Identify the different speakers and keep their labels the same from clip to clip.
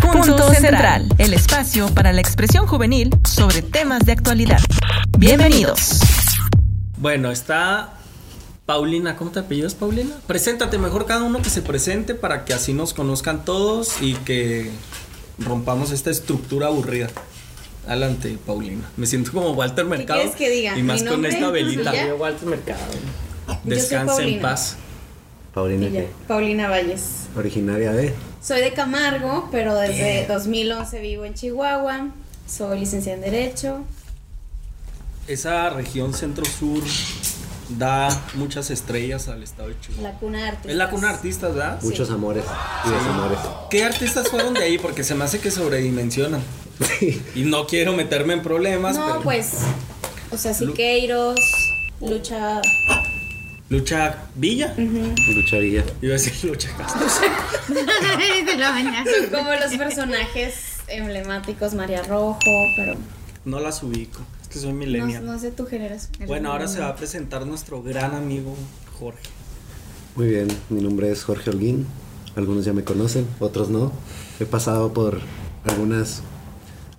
Speaker 1: Punto Central, el espacio para la expresión juvenil sobre temas de actualidad. Bienvenidos.
Speaker 2: Bueno, está Paulina, ¿cómo te apellidas, Paulina? Preséntate mejor cada uno que se presente para que así nos conozcan todos y que rompamos esta estructura aburrida. Adelante, Paulina. Me siento como Walter Mercado.
Speaker 3: quieres que diga?
Speaker 2: Y más
Speaker 3: ¿Mi
Speaker 2: con
Speaker 3: nombre?
Speaker 2: esta velita.
Speaker 3: ¿Y ya?
Speaker 2: Walter Mercado.
Speaker 3: Yo soy
Speaker 2: Descansa en
Speaker 3: Paulina.
Speaker 2: paz.
Speaker 4: Paulina,
Speaker 3: Ella,
Speaker 4: que
Speaker 3: Paulina Valles.
Speaker 4: originaria de.
Speaker 3: Soy de Camargo, pero desde 2011 vivo en Chihuahua. Soy licenciada en Derecho.
Speaker 2: Esa región centro-sur da muchas estrellas al estado de Chihuahua.
Speaker 3: La cuna de artistas.
Speaker 2: Es la cuna de artistas, ¿verdad?
Speaker 4: Muchos amores y desamores.
Speaker 2: ¿Qué artistas fueron de ahí? Porque se me hace que sobredimensionan.
Speaker 4: Sí.
Speaker 2: Y no quiero meterme en problemas,
Speaker 3: No,
Speaker 2: pero
Speaker 3: pues, o sea, Siqueiros, Lucha,
Speaker 2: Lucha Villa.
Speaker 4: Lucharía.
Speaker 2: Iba a decir Lucha Castro.
Speaker 3: como los personajes emblemáticos, María Rojo, pero
Speaker 2: No las ubico. Es que soy
Speaker 3: no,
Speaker 2: millennial.
Speaker 3: no sé tu generación.
Speaker 2: Bueno, ahora se va a presentar nuestro gran amigo Jorge.
Speaker 4: Muy bien, mi nombre es Jorge Holguín. Algunos ya me conocen, otros no. He pasado por algunas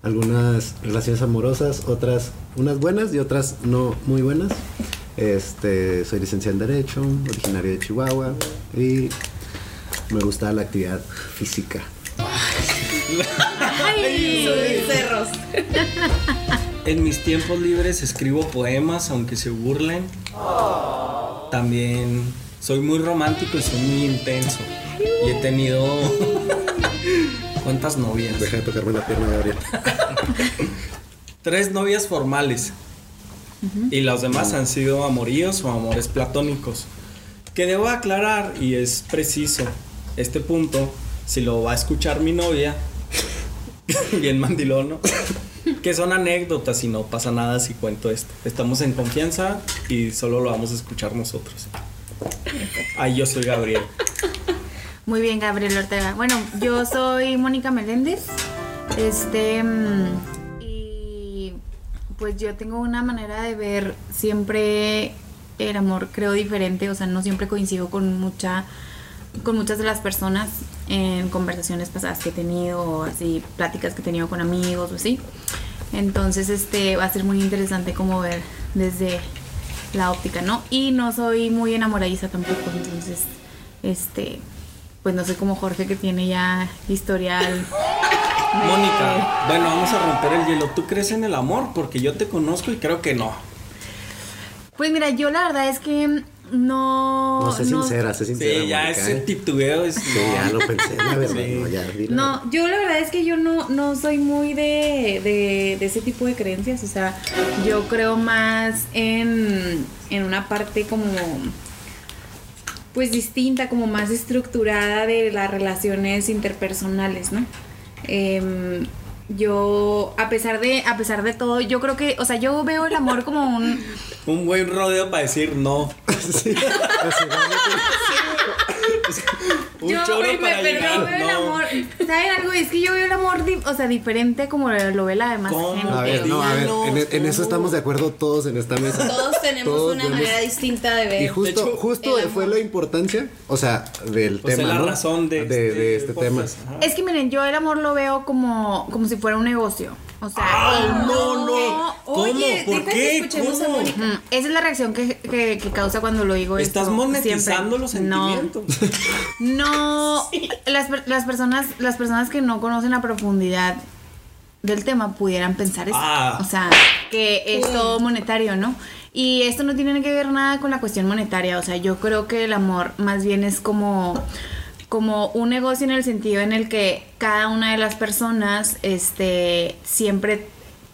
Speaker 4: algunas relaciones amorosas, otras unas buenas y otras no muy buenas. Este, soy licenciado en Derecho, originario de Chihuahua y me gusta la actividad física.
Speaker 3: Subir cerros.
Speaker 2: En mis tiempos libres escribo poemas, aunque se burlen. También soy muy romántico y soy muy intenso. Y he tenido. ¿Cuántas novias?
Speaker 4: Deja de tocarme la pierna, Gabriel.
Speaker 2: Tres novias formales. Y las demás han sido amoríos o amores platónicos. Que debo aclarar, y es preciso, este punto, si lo va a escuchar mi novia, bien mandilón, ¿no? que son anécdotas y no pasa nada si cuento esto. Estamos en confianza y solo lo vamos a escuchar nosotros. Ay, yo soy Gabriel.
Speaker 5: Muy bien, Gabriel Ortega. Bueno, yo soy Mónica Meléndez. Este. mm, Y. Pues yo tengo una manera de ver siempre el amor, creo, diferente. O sea, no siempre coincido con mucha. Con muchas de las personas en conversaciones pasadas que he tenido, o así, pláticas que he tenido con amigos o así. Entonces, este va a ser muy interesante como ver desde la óptica, ¿no? Y no soy muy enamoradiza tampoco, entonces, este, pues no soy como Jorge que tiene ya historial.
Speaker 2: Mónica, bueno, vamos a romper el hielo. ¿Tú crees en el amor? Porque yo te conozco y creo que no.
Speaker 5: Pues mira, yo la verdad es que no.
Speaker 4: No, sé sincera, sé sincera.
Speaker 2: Sí, ya
Speaker 4: Mónica,
Speaker 2: ese
Speaker 4: ¿eh?
Speaker 2: titubeo es...
Speaker 4: Sí, ya lo pensé, la verdad, no, ya, di la
Speaker 5: No, yo la verdad es que yo no, no soy muy de, de, de ese tipo de creencias. O sea, yo creo más en, en una parte como pues distinta, como más estructurada de las relaciones interpersonales, ¿no? Em, yo, a pesar de, a pesar de todo, yo creo que, o sea, yo veo el amor como un
Speaker 2: Un buen rodeo para decir no.
Speaker 4: Sí, así,
Speaker 2: Un
Speaker 5: yo,
Speaker 2: choro
Speaker 5: güey, me-
Speaker 2: para
Speaker 5: pero yo
Speaker 2: llegar,
Speaker 5: veo el
Speaker 2: no.
Speaker 5: amor. ¿Saben algo? Es que yo veo el amor, di- o sea, diferente como lo ve la demás
Speaker 2: ¿Cómo?
Speaker 5: gente.
Speaker 4: A ver, no, a ver, en, e-, en eso estamos de acuerdo todos en esta mesa.
Speaker 3: Todos tenemos
Speaker 4: Todos
Speaker 3: una
Speaker 4: vemos-
Speaker 3: manera distinta de ver.
Speaker 4: Y justo,
Speaker 2: hecho,
Speaker 4: justo
Speaker 3: el
Speaker 4: fue
Speaker 3: amor.
Speaker 4: la importancia, o sea, del
Speaker 2: O sea,
Speaker 4: tema,
Speaker 2: la
Speaker 4: ¿no?
Speaker 2: razón de,
Speaker 4: de, de este tema.
Speaker 2: podcast, ajá.
Speaker 5: Es que miren, yo el amor lo veo como, como si fuera un negocio. O sea,
Speaker 2: ¡Ay, no, no!
Speaker 5: no,
Speaker 2: ¿Cómo?
Speaker 3: oye,
Speaker 2: ¿Por
Speaker 3: deja que
Speaker 2: qué?
Speaker 3: escuchemos a
Speaker 2: ¿Cómo?
Speaker 3: Mónica.
Speaker 5: mm, esa es la reacción que, que- que causa cuando lo digo.
Speaker 2: Estás
Speaker 5: esto,
Speaker 2: monetizando
Speaker 5: siempre.
Speaker 2: los
Speaker 5: No,
Speaker 2: sentimientos.
Speaker 5: No, las, per- las personas, las personas que no conocen la profundidad del tema pudieran pensar eso.
Speaker 2: Ah.
Speaker 5: O sea, que es todo monetario, ¿no? Y esto no tiene que ver nada con la cuestión monetaria. O sea, yo creo que el amor más bien es como como un negocio en el sentido en el que cada una de las personas este siempre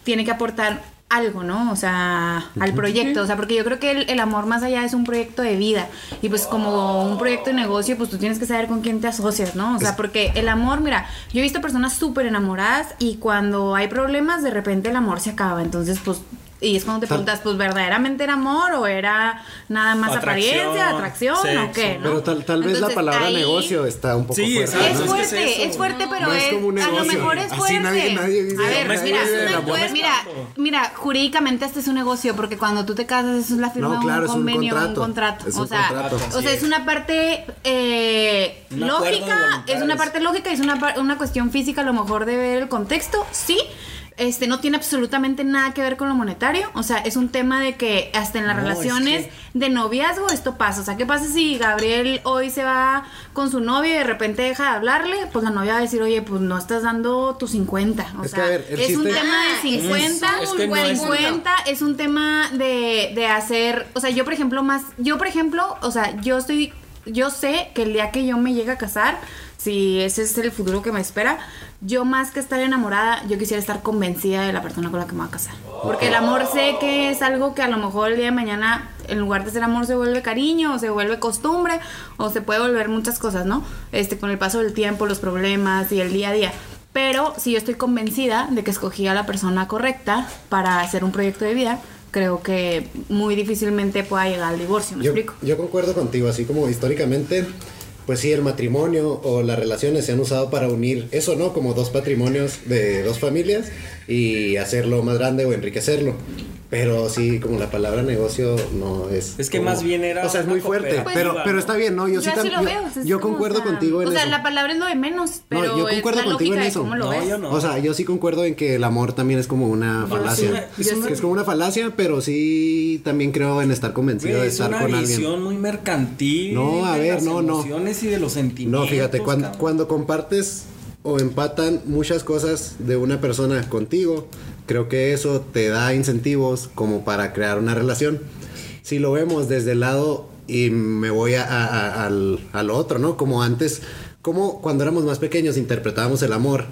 Speaker 5: tiene que aportar algo, ¿no? O sea, al proyecto, o sea, porque yo creo que el, el amor más allá es un proyecto de vida y pues como un proyecto de negocio, pues tú tienes que saber con quién te asocias, ¿no? O sea, porque el amor, mira, yo he visto personas súper enamoradas y cuando hay problemas, de repente el amor se acaba, entonces pues Y es cuando te preguntas, pues verdaderamente era amor o era nada más
Speaker 2: Atracción,
Speaker 5: apariencia, atracción o
Speaker 2: sexo.
Speaker 5: qué, ¿no?
Speaker 4: Pero tal, tal vez la
Speaker 5: Entonces,
Speaker 4: palabra
Speaker 5: ahí-
Speaker 4: negocio está un poco
Speaker 2: Sí,
Speaker 4: fuerte.
Speaker 2: exacto. No, es
Speaker 5: Es
Speaker 2: que
Speaker 5: fuerte,
Speaker 2: es
Speaker 5: es,
Speaker 2: eso.
Speaker 5: fuerte, pero
Speaker 4: No es
Speaker 5: es,
Speaker 4: como un
Speaker 5: a lo
Speaker 4: negocio.
Speaker 5: mejor es
Speaker 4: Así
Speaker 5: fuerte.
Speaker 4: nadie- nadie vive-
Speaker 5: a ver,
Speaker 2: nadie
Speaker 5: mira,
Speaker 2: vive del
Speaker 5: tú
Speaker 2: amor.
Speaker 5: puedes- mira,
Speaker 2: Tanto.
Speaker 5: mira, jurídicamente este es un negocio porque cuando tú te casas eso es la firma
Speaker 4: No, claro,
Speaker 5: de
Speaker 4: es
Speaker 5: un
Speaker 4: un
Speaker 5: convenio, un
Speaker 4: contrato.
Speaker 5: contrato.
Speaker 4: Es
Speaker 5: o
Speaker 4: un
Speaker 5: sea,
Speaker 4: contrato.
Speaker 5: o sea,
Speaker 2: Así
Speaker 5: es una parte eh,
Speaker 2: Un acuerdo de
Speaker 5: lógica, es una
Speaker 2: voluntades.
Speaker 5: parte lógica, y es una, par- una cuestión física a lo mejor de ver el contexto, sí. Este, no tiene absolutamente nada que ver con lo monetario, o sea, es un tema de que hasta en las
Speaker 2: No, es
Speaker 5: relaciones
Speaker 2: que-
Speaker 5: de noviazgo esto pasa, o sea, ¿qué pasa si Gabriel hoy se va con su novia y de repente deja de hablarle? Pues la novia va a decir, oye, pues no estás dando tus 50, o
Speaker 4: Es que,
Speaker 5: sea,
Speaker 4: a ver, el
Speaker 5: es un
Speaker 4: chiste-
Speaker 5: tema de
Speaker 3: Ah,
Speaker 5: 50,
Speaker 2: es que no es-
Speaker 5: 50 es un tema de, de hacer, o sea, yo por ejemplo más, yo por ejemplo, o sea, yo estoy, yo sé que el día que yo me llegue a casar, si ese es el futuro que me espera, yo más que estar enamorada, yo quisiera estar convencida de la persona con la que me voy a casar. Porque el amor sé que es algo que a lo mejor el día de mañana, en lugar de ser amor, se vuelve cariño, o se vuelve costumbre, o se puede volver muchas cosas, ¿no? Este, con el paso del tiempo, los problemas y el día a día. Pero si yo estoy convencida de que escogí a la persona correcta para hacer un proyecto de vida, creo que muy difícilmente pueda llegar al divorcio, ¿me
Speaker 4: yo,
Speaker 5: explico?
Speaker 4: yo concuerdo contigo, así como históricamente, pues sí, el matrimonio o las relaciones se han usado para unir eso, ¿no? Como dos patrimonios de dos familias y hacerlo más grande o enriquecerlo. Pero sí, como la palabra negocio no es.
Speaker 2: Es que
Speaker 4: como-
Speaker 2: más bien era
Speaker 4: O sea, es
Speaker 2: una
Speaker 4: muy fuerte.
Speaker 2: cooperativa,
Speaker 4: Pero,
Speaker 2: ¿no?
Speaker 4: pero está bien, ¿no? Yo, sí
Speaker 5: así
Speaker 4: tam-
Speaker 5: lo
Speaker 4: yo-
Speaker 5: veo, o sea, es
Speaker 4: yo
Speaker 5: como,
Speaker 4: concuerdo
Speaker 5: o sea,
Speaker 4: contigo en
Speaker 5: O sea,
Speaker 4: eso.
Speaker 5: la palabra es lo de menos,
Speaker 4: No,
Speaker 5: pero
Speaker 4: yo
Speaker 5: es
Speaker 4: concuerdo
Speaker 5: la
Speaker 4: contigo en
Speaker 5: lógica de
Speaker 4: eso.
Speaker 5: cómo lo
Speaker 2: No,
Speaker 5: ves.
Speaker 2: yo no.
Speaker 4: O sea, yo sí concuerdo en que el amor también es como una
Speaker 2: No, es una-
Speaker 4: falacia.
Speaker 2: es
Speaker 4: Que
Speaker 2: una-
Speaker 4: es como una falacia, pero sí también creo en estar convencido
Speaker 2: Güey,
Speaker 4: de
Speaker 2: es
Speaker 4: estar
Speaker 2: una
Speaker 4: con alguien.
Speaker 2: visión muy mercantil.
Speaker 4: No, a
Speaker 2: de
Speaker 4: ver,
Speaker 2: las
Speaker 4: no, no.
Speaker 2: emociones y de los sentimientos.
Speaker 4: No, fíjate, cuan-
Speaker 2: cabrón.
Speaker 4: cuando compartes o empatan muchas cosas de una persona contigo, creo que eso te da incentivos como para crear una relación. Si lo vemos desde el lado y me voy a- a- a- al, al otro, ¿no? Como antes, como cuando éramos más pequeños interpretábamos el amor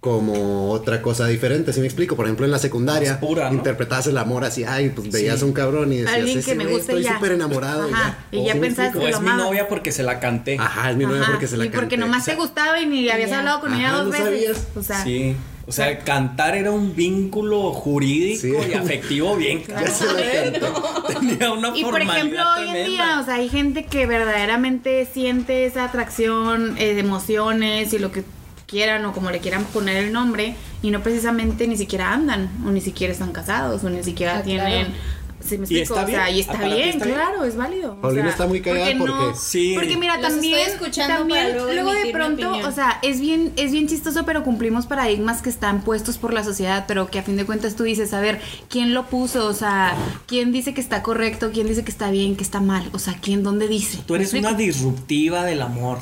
Speaker 4: como otra cosa diferente, si me explico, por ejemplo en la secundaria
Speaker 2: Más pura, ¿no?
Speaker 4: interpretabas el amor así, ay, pues veías
Speaker 2: Sí.
Speaker 4: a un cabrón y decías,
Speaker 5: Alguien
Speaker 4: "Ese
Speaker 5: que me
Speaker 4: güey,
Speaker 5: guste
Speaker 4: estoy
Speaker 5: ya".
Speaker 4: súper enamorado. y
Speaker 5: Ajá,
Speaker 4: ya.
Speaker 5: y ya
Speaker 4: ¿Sí me
Speaker 5: pensaste
Speaker 4: explico?
Speaker 2: O es mi
Speaker 5: amaba.
Speaker 2: novia porque se la canté.
Speaker 4: Ajá, es mi novia
Speaker 5: Ajá,
Speaker 4: porque se la
Speaker 5: y porque
Speaker 4: canté.
Speaker 5: nomás te gustaba y ni habías
Speaker 3: Ya.
Speaker 5: hablado con
Speaker 4: Ajá,
Speaker 5: ella dos
Speaker 4: no
Speaker 5: veces.
Speaker 4: sabías.
Speaker 5: O sea,
Speaker 2: sí. O sea, el cantar era un vínculo jurídico
Speaker 4: Sí.
Speaker 2: y afectivo bien claro.
Speaker 4: Ya se la cantó.
Speaker 2: Tenía una
Speaker 5: Y por
Speaker 2: formalidad
Speaker 5: ejemplo, hoy en
Speaker 2: tremenda.
Speaker 5: día, o sea, hay gente que verdaderamente siente esa atracción, eh, emociones y lo que quieran o como le quieran poner el nombre y no precisamente ni siquiera andan o ni siquiera están casados o ni siquiera
Speaker 3: Ah,
Speaker 5: tienen...
Speaker 3: claro.
Speaker 5: ¿Sí me
Speaker 2: Y
Speaker 5: explico?
Speaker 2: está
Speaker 5: o sea,
Speaker 2: bien, Ah,
Speaker 5: y está
Speaker 2: para ti
Speaker 5: bien,
Speaker 2: está bien.
Speaker 5: claro, es válido. o
Speaker 4: Paulina
Speaker 5: sea,
Speaker 4: está muy callada porque-
Speaker 2: Sí.
Speaker 5: Porque mira,
Speaker 3: Los estoy
Speaker 5: también,
Speaker 3: escuchando
Speaker 5: también
Speaker 3: para luego
Speaker 5: luego de
Speaker 3: emitir mi
Speaker 5: pronto,
Speaker 3: opinión.
Speaker 5: o sea, es bien es bien chistoso, pero cumplimos paradigmas que están puestos por la sociedad, pero que a fin de cuentas tú dices, a ver, ¿quién lo puso? O sea, ¿quién dice que está correcto? ¿Quién dice que está bien? ¿Que está mal? O sea, ¿quién dónde dice?
Speaker 2: Tú eres
Speaker 5: ¿Me
Speaker 2: una
Speaker 5: explico?
Speaker 2: disruptiva del amor.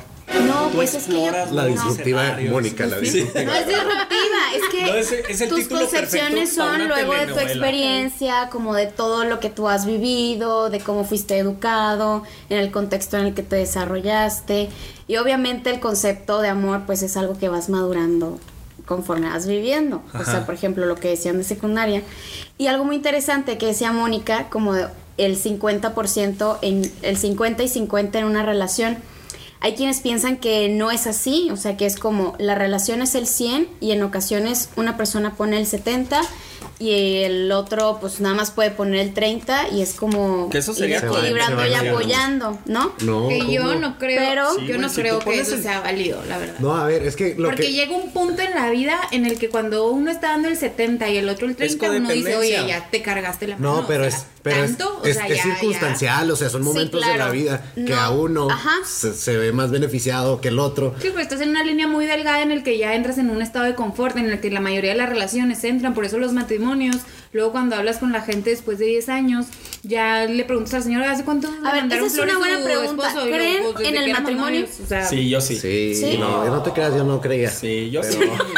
Speaker 5: No,
Speaker 2: Tú
Speaker 5: pues es que yo-
Speaker 2: exploras
Speaker 4: La
Speaker 2: nuevos
Speaker 4: disruptiva
Speaker 2: escenarios.
Speaker 4: Mónica, la
Speaker 2: Sí.
Speaker 4: disruptiva.
Speaker 3: No es disruptiva, es que
Speaker 2: No, ese- es el
Speaker 3: tus
Speaker 2: título
Speaker 3: concepciones
Speaker 2: perfecto para
Speaker 3: son
Speaker 2: una
Speaker 3: luego de tu
Speaker 2: telenovela.
Speaker 3: experiencia, como de todo lo que tú has vivido, de cómo fuiste educado, en el contexto en el que te desarrollaste. Y obviamente el concepto de amor, pues es algo que vas madurando conforme vas viviendo. O
Speaker 2: Ajá.
Speaker 3: sea, por ejemplo, lo que decían de secundaria. Y algo muy interesante que decía Mónica, como el 50% en el 50 y 50 en una relación. Hay quienes piensan que no es así, o sea, que es como la relación es el 100 y en ocasiones una persona pone el 70 y el otro pues nada más puede poner el 30 y es como
Speaker 2: Que eso sería
Speaker 3: ir
Speaker 4: correcto.
Speaker 3: equilibrando
Speaker 4: Se
Speaker 3: y
Speaker 4: va balanceando.
Speaker 3: apoyando, ¿no?
Speaker 4: No,
Speaker 5: que yo
Speaker 4: ¿cómo?
Speaker 5: no creo,
Speaker 3: Pero- Sí,
Speaker 5: yo
Speaker 2: güey,
Speaker 5: no
Speaker 2: si tú
Speaker 5: creo que
Speaker 2: pones
Speaker 5: eso
Speaker 2: el-
Speaker 5: sea válido, la verdad.
Speaker 4: No, a ver, es que lo
Speaker 5: Porque
Speaker 4: que...
Speaker 5: llega un punto en la vida en el que cuando uno está dando el 70 y el otro el 30, uno dice,
Speaker 2: codependencia.
Speaker 5: oye, ya te cargaste la mano.
Speaker 4: No, pero
Speaker 5: o sea,
Speaker 4: es, pero es-
Speaker 5: tanto, o
Speaker 4: es,
Speaker 5: sea,
Speaker 4: es
Speaker 5: ya- ya.
Speaker 4: circunstancial, o sea, son
Speaker 3: Sí,
Speaker 4: momentos de la
Speaker 3: claro.
Speaker 4: vida que
Speaker 3: No.
Speaker 4: a uno
Speaker 3: Ajá.
Speaker 4: se, se ve más beneficiado que el otro.
Speaker 5: Sí, pues estás en una línea muy delgada en el que ya entras en un estado de confort, en el que la mayoría de las relaciones entran, por eso los matrimonios, luego cuando hablas con la gente después de 10 años, ya le preguntas al señor, ¿hace cuánto le
Speaker 3: A ver,
Speaker 5: mandaron
Speaker 3: esa es una
Speaker 5: flores
Speaker 3: buena
Speaker 5: su
Speaker 3: pregunta.
Speaker 5: esposo?" Y luego,
Speaker 3: ¿Creen
Speaker 5: pues, desde
Speaker 3: en el
Speaker 5: que éramos
Speaker 3: matrimonio?
Speaker 5: novios, o sea,
Speaker 2: Sí, yo sí. Sí,
Speaker 4: Sí,
Speaker 3: Sí.
Speaker 4: No, yo no te creas, yo no creía.
Speaker 2: yo sí.
Speaker 4: Pero-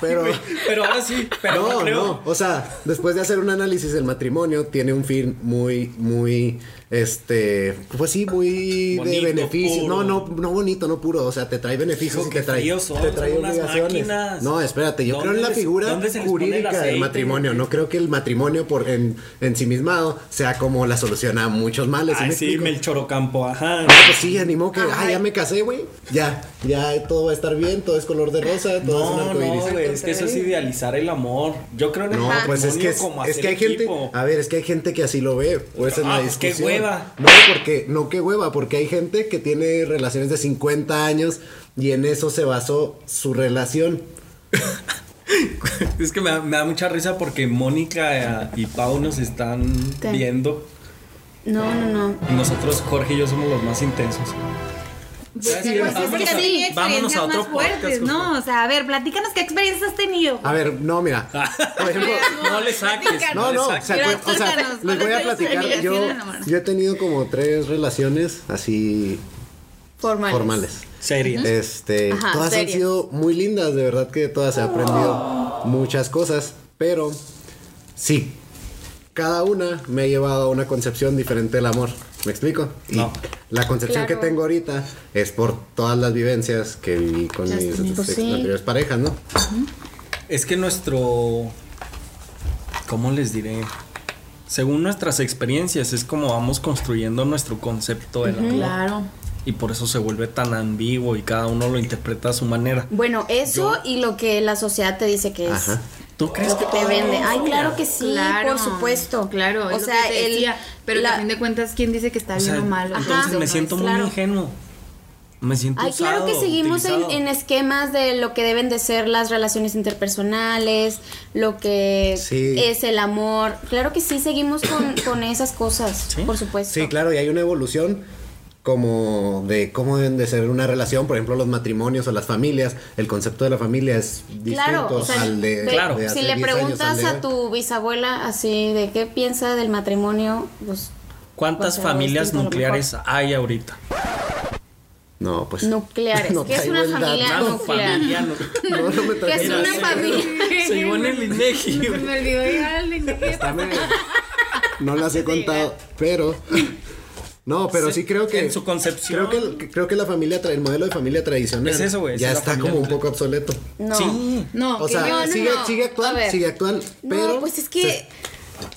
Speaker 4: Pero,
Speaker 2: Pero ahora sí, pero no,
Speaker 4: no,
Speaker 2: creo.
Speaker 4: no, o sea, después de hacer un análisis, el matrimonio tiene un fin muy, muy, este, pues sí, muy
Speaker 2: Bonito,
Speaker 4: de beneficios. No,
Speaker 2: puro.
Speaker 4: no, no bonito, no puro, o sea, te trae beneficios
Speaker 2: Hijo,
Speaker 4: y te
Speaker 2: qué
Speaker 4: trae,
Speaker 2: fríos son,
Speaker 4: te trae
Speaker 2: son unas
Speaker 4: obligaciones.
Speaker 2: máquinas.
Speaker 4: No, espérate, yo
Speaker 2: ¿Dónde
Speaker 4: creo en la
Speaker 2: les-
Speaker 4: figura
Speaker 2: dónde se les pone el
Speaker 4: jurídica del
Speaker 2: aceite?
Speaker 4: matrimonio, no creo que el matrimonio por en, ensimismado sea como la solución a muchos males. ¿sí
Speaker 2: Ay,
Speaker 4: me
Speaker 2: sí,
Speaker 4: explico?
Speaker 2: Melchor Ocampo, ajá.
Speaker 4: Ah, pues sí, animó que, ah, ya me casé, güey. Ya, ya todo va a estar bien, todo es color de rosa, todo
Speaker 2: No,
Speaker 4: es un
Speaker 2: no,
Speaker 4: arcoíris.
Speaker 2: güey, es que eso es idealizar el amor. Yo creo en el
Speaker 4: No,
Speaker 2: matrimonio
Speaker 4: pues es que, es,
Speaker 2: como
Speaker 4: es
Speaker 2: hacer
Speaker 4: que hay gente,
Speaker 2: equipo.
Speaker 4: a ver, es que hay gente que así lo ve, pues en
Speaker 2: Ah,
Speaker 4: la
Speaker 2: pues, qué
Speaker 4: discusión.
Speaker 2: hueva.
Speaker 4: No, porque no qué hueva, porque hay gente que tiene relaciones de 50 años y en eso se basó su relación.
Speaker 2: Es que me da, me da mucha risa porque Mónica eh, y Pau nos están
Speaker 3: ¿Qué?
Speaker 2: viendo.
Speaker 3: No, no, no.
Speaker 2: Y nosotros, Jorge y yo, somos los más intensos. ¿Sabes qué?
Speaker 5: Pues
Speaker 2: Vámonos
Speaker 5: es que has
Speaker 2: a-
Speaker 5: tenido
Speaker 2: vámonos
Speaker 5: experiencias
Speaker 2: a otro
Speaker 5: más fuertes,
Speaker 2: podcast,
Speaker 5: ¿no? O sea, a ver, platícanos qué experiencias has tenido.
Speaker 3: Ah,
Speaker 4: A ver, no, mira.
Speaker 2: Ah,
Speaker 4: Por ejemplo,
Speaker 2: No le saques.
Speaker 5: Platícanos.
Speaker 4: No, no,
Speaker 2: le saques.
Speaker 4: se acuer- o sea,
Speaker 5: cuéntanos,
Speaker 4: les voy a
Speaker 5: ¿cuál es tu
Speaker 4: platicar.
Speaker 5: experiencia
Speaker 4: Yo,
Speaker 5: en el amor?
Speaker 4: yo he tenido como tres relaciones así
Speaker 3: Formales.
Speaker 4: formales.
Speaker 2: Seria.
Speaker 4: Este,
Speaker 3: Ajá,
Speaker 4: todas han
Speaker 3: serias.
Speaker 4: sido muy lindas, de verdad que de todas he aprendido muchas cosas, pero sí, cada una me ha llevado a una concepción diferente del amor. ¿Me explico? Y
Speaker 2: No.
Speaker 4: La concepción
Speaker 3: Claro.
Speaker 4: que tengo ahorita es por todas las vivencias que viví con
Speaker 3: Las
Speaker 4: mis
Speaker 3: tienes.
Speaker 4: ex-
Speaker 3: Pues sí.
Speaker 4: anteriores parejas, ¿no?
Speaker 2: Es que nuestro. ¿Cómo les diré? Según nuestras experiencias, es como vamos construyendo nuestro concepto del amor.
Speaker 5: Claro.
Speaker 2: Y por eso se vuelve tan ambiguo y cada uno lo interpreta a su manera.
Speaker 3: Bueno, eso y lo que la sociedad te dice que es.
Speaker 4: Ajá.
Speaker 2: ¿Tú crees
Speaker 3: Lo que te vende. Ay, claro que sí,
Speaker 5: Claro,
Speaker 3: por supuesto.
Speaker 5: Claro,
Speaker 3: O sea, el-
Speaker 5: pero
Speaker 3: la-
Speaker 5: a fin de cuentas, ¿quién dice que está
Speaker 2: O sea,
Speaker 5: bien o malo?
Speaker 2: entonces
Speaker 5: Entonces,
Speaker 2: me
Speaker 5: no
Speaker 2: siento
Speaker 5: es-
Speaker 2: muy
Speaker 3: claro.
Speaker 2: ingenuo. Me siento
Speaker 3: Ay, claro que
Speaker 2: usado,
Speaker 3: seguimos en,
Speaker 2: utilizado.
Speaker 3: en esquemas de lo que deben de ser las relaciones interpersonales, lo que
Speaker 4: Sí.
Speaker 3: es el amor. Claro que sí, seguimos con, con esas cosas,
Speaker 2: Sí.
Speaker 3: por supuesto.
Speaker 4: Sí, claro, y hay una evolución como de cómo deben de ser una relación, por ejemplo, los matrimonios o las familias, el concepto de la familia es distinto
Speaker 3: Claro, o sea,
Speaker 4: al de,
Speaker 3: ve-
Speaker 2: Claro.
Speaker 4: de hace
Speaker 3: si
Speaker 4: 10
Speaker 3: le
Speaker 4: años, al
Speaker 3: preguntas
Speaker 4: de
Speaker 3: a
Speaker 4: hoy.
Speaker 3: tu bisabuela así de qué piensa del matrimonio, pues
Speaker 2: ¿Cuántas
Speaker 3: Pues, algo
Speaker 2: familias
Speaker 3: distinto, a lo
Speaker 2: nucleares hay ahorita?
Speaker 4: No, pues
Speaker 3: Nucleares, que es
Speaker 4: traigo
Speaker 3: una
Speaker 4: el dato.
Speaker 3: familia
Speaker 2: Claro,
Speaker 3: nuclear.
Speaker 2: familia nu-
Speaker 4: No, no me
Speaker 3: que es
Speaker 4: traje el
Speaker 3: una
Speaker 4: dato.
Speaker 3: familia.
Speaker 2: Según el INEGI,
Speaker 5: Se
Speaker 2: güey.
Speaker 5: me olvidó ir al inglés.
Speaker 4: Está medio- No las he contado, pero no, pero sí creo que
Speaker 2: En su concepción.
Speaker 4: Creo que el- creo que la familia tra- el modelo de familia tradicional
Speaker 2: Es eso, güey,
Speaker 4: ya
Speaker 2: es la
Speaker 4: está
Speaker 2: familia
Speaker 4: como un
Speaker 2: nuclear.
Speaker 4: poco obsoleto.
Speaker 3: No.
Speaker 2: Sí.
Speaker 5: No,
Speaker 4: O
Speaker 5: que
Speaker 4: sea,
Speaker 5: yo-
Speaker 3: no,
Speaker 4: sigue,
Speaker 3: no.
Speaker 4: sigue
Speaker 3: A
Speaker 4: actual,
Speaker 3: ver.
Speaker 4: sigue actual, pero
Speaker 3: no, pues es que
Speaker 4: se-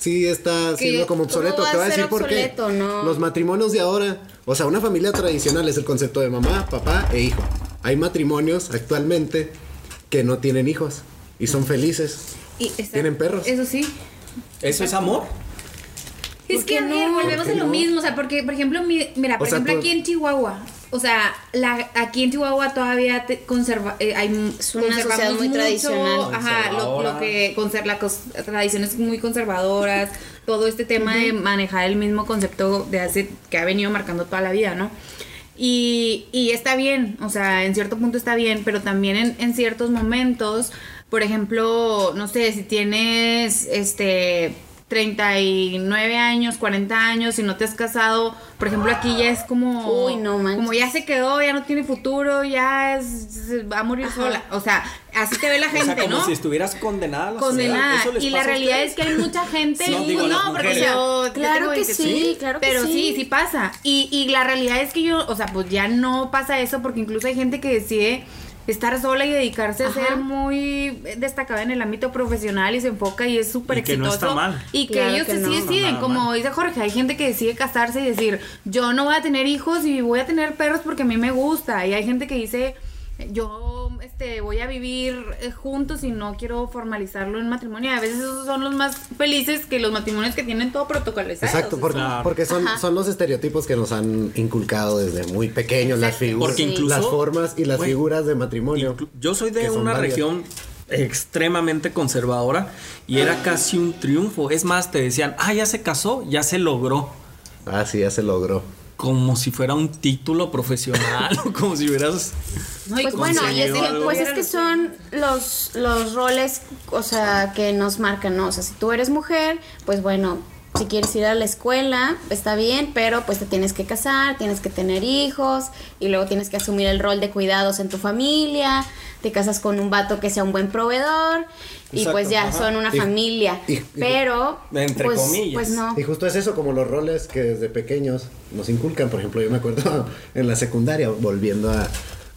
Speaker 4: Sí, está siendo como
Speaker 3: ¿cómo
Speaker 4: obsoleto.
Speaker 3: va
Speaker 4: Te
Speaker 3: a
Speaker 4: voy a
Speaker 3: ser
Speaker 4: decir por qué.
Speaker 3: obsoleto? No.
Speaker 4: Los matrimonios de ahora, o sea, una familia tradicional es el concepto de mamá, papá e hijo. Hay matrimonios actualmente que no tienen hijos y son felices.
Speaker 5: y esa-
Speaker 4: ¿Tienen perros?
Speaker 5: Eso sí.
Speaker 2: ¿Eso es amor?
Speaker 5: Es que, a
Speaker 3: qué
Speaker 5: ver,
Speaker 3: no?
Speaker 5: volvemos
Speaker 4: ¿Por
Speaker 5: a
Speaker 4: qué
Speaker 5: lo
Speaker 4: no?
Speaker 5: mismo, o sea, porque, por ejemplo, mi- mira, por
Speaker 4: O sea,
Speaker 5: ejemplo,
Speaker 4: tú-
Speaker 5: aquí en Chihuahua, o sea, la, aquí en Chihuahua todavía te conserva, eh, hay
Speaker 3: Es una
Speaker 5: conservamos
Speaker 3: sociedad muy tradicional.
Speaker 5: Ajá, lo,
Speaker 2: Conservadora.
Speaker 5: lo que conserva, las cos- tradiciones muy conservadoras, todo este tema de manejar el mismo concepto de hace, que ha venido marcando toda la vida, ¿no? Y, y está bien, o sea, en cierto punto está bien, pero también en, en ciertos momentos, por ejemplo, no sé, si tienes este 39 años, 40 años, si no te has casado, por ejemplo, aquí ya es como
Speaker 3: Uy, no manches.
Speaker 5: como ya se quedó, ya no tiene futuro, ya es- se va a morir
Speaker 3: Ajá.
Speaker 5: sola, o sea, así te ve la
Speaker 2: o
Speaker 5: gente,
Speaker 2: sea, como
Speaker 5: ¿no?
Speaker 2: si estuvieras condenada a la
Speaker 5: condenada.
Speaker 2: sociedad. ¿Eso les
Speaker 5: Y la
Speaker 2: pasa a
Speaker 5: realidad
Speaker 2: ustedes?
Speaker 5: es que hay mucha gente.
Speaker 2: Sí,
Speaker 5: Pues
Speaker 2: digo, las
Speaker 5: no, porque
Speaker 2: mujeres.
Speaker 5: yo- yo
Speaker 3: Claro
Speaker 5: tengo
Speaker 3: que
Speaker 5: 27,
Speaker 3: sí, claro que
Speaker 5: pero
Speaker 3: sí.
Speaker 5: sí, sí pasa. Y, y la realidad es que yo, o sea, pues ya no pasa eso porque incluso hay gente que decide estar sola y dedicarse a
Speaker 3: Ajá.
Speaker 5: ser muy destacada en el ámbito profesional y se enfoca y es súper
Speaker 2: Y que
Speaker 5: exitoso.
Speaker 2: no está mal.
Speaker 5: Y que
Speaker 3: Claro
Speaker 5: ellos
Speaker 3: que
Speaker 5: sí
Speaker 3: no.
Speaker 5: deciden,
Speaker 2: No, nada
Speaker 5: como
Speaker 2: mal.
Speaker 5: dice Jorge, hay gente que decide casarse y decir, yo no voy a tener hijos y voy a tener perros porque a mí me gusta. Y hay gente que dice, yo este, voy a vivir eh, juntos y no quiero formalizarlo en matrimonio. Y a veces esos son los más felices que los matrimonios que tienen todo protocolizado.
Speaker 4: Exacto, porque,
Speaker 2: Claro.
Speaker 4: porque son,
Speaker 3: Ajá.
Speaker 4: son los estereotipos que nos han inculcado desde muy pequeños, las figuras,
Speaker 2: Porque incluso-
Speaker 4: las formas y las
Speaker 2: Güey,
Speaker 4: figuras de matrimonio.
Speaker 2: Inclu- Yo soy
Speaker 4: que
Speaker 2: de
Speaker 4: son
Speaker 2: una
Speaker 4: varias.
Speaker 2: región extremadamente conservadora y era casi un triunfo. Es más, te decían, ah, ya se casó, ya se logró.
Speaker 4: Ah, sí, ya se logró.
Speaker 2: Como si fuera un título profesional, o como si hubieras.
Speaker 5: No, y
Speaker 3: Pues
Speaker 5: como
Speaker 3: bueno,
Speaker 5: si
Speaker 3: y es que,
Speaker 2: algo.
Speaker 3: pues es que son los, los roles, o sea, que nos marcan, ¿no? O sea, si tú eres mujer, pues bueno, si quieres ir a la escuela, está bien, pero pues te tienes que casar, tienes que tener hijos, y luego tienes que asumir el rol de cuidados en tu familia, te casas con un vato que sea un buen proveedor, y
Speaker 2: Exacto,
Speaker 3: pues ya
Speaker 2: ajá.
Speaker 3: son una
Speaker 4: Y-
Speaker 3: familia.
Speaker 4: y- y-
Speaker 3: pero,
Speaker 2: Entre
Speaker 3: pues,
Speaker 2: comillas.
Speaker 3: pues no.
Speaker 4: Y justo es eso, como los roles que desde pequeños nos inculcan. Por ejemplo, yo me acuerdo en la secundaria, volviendo a.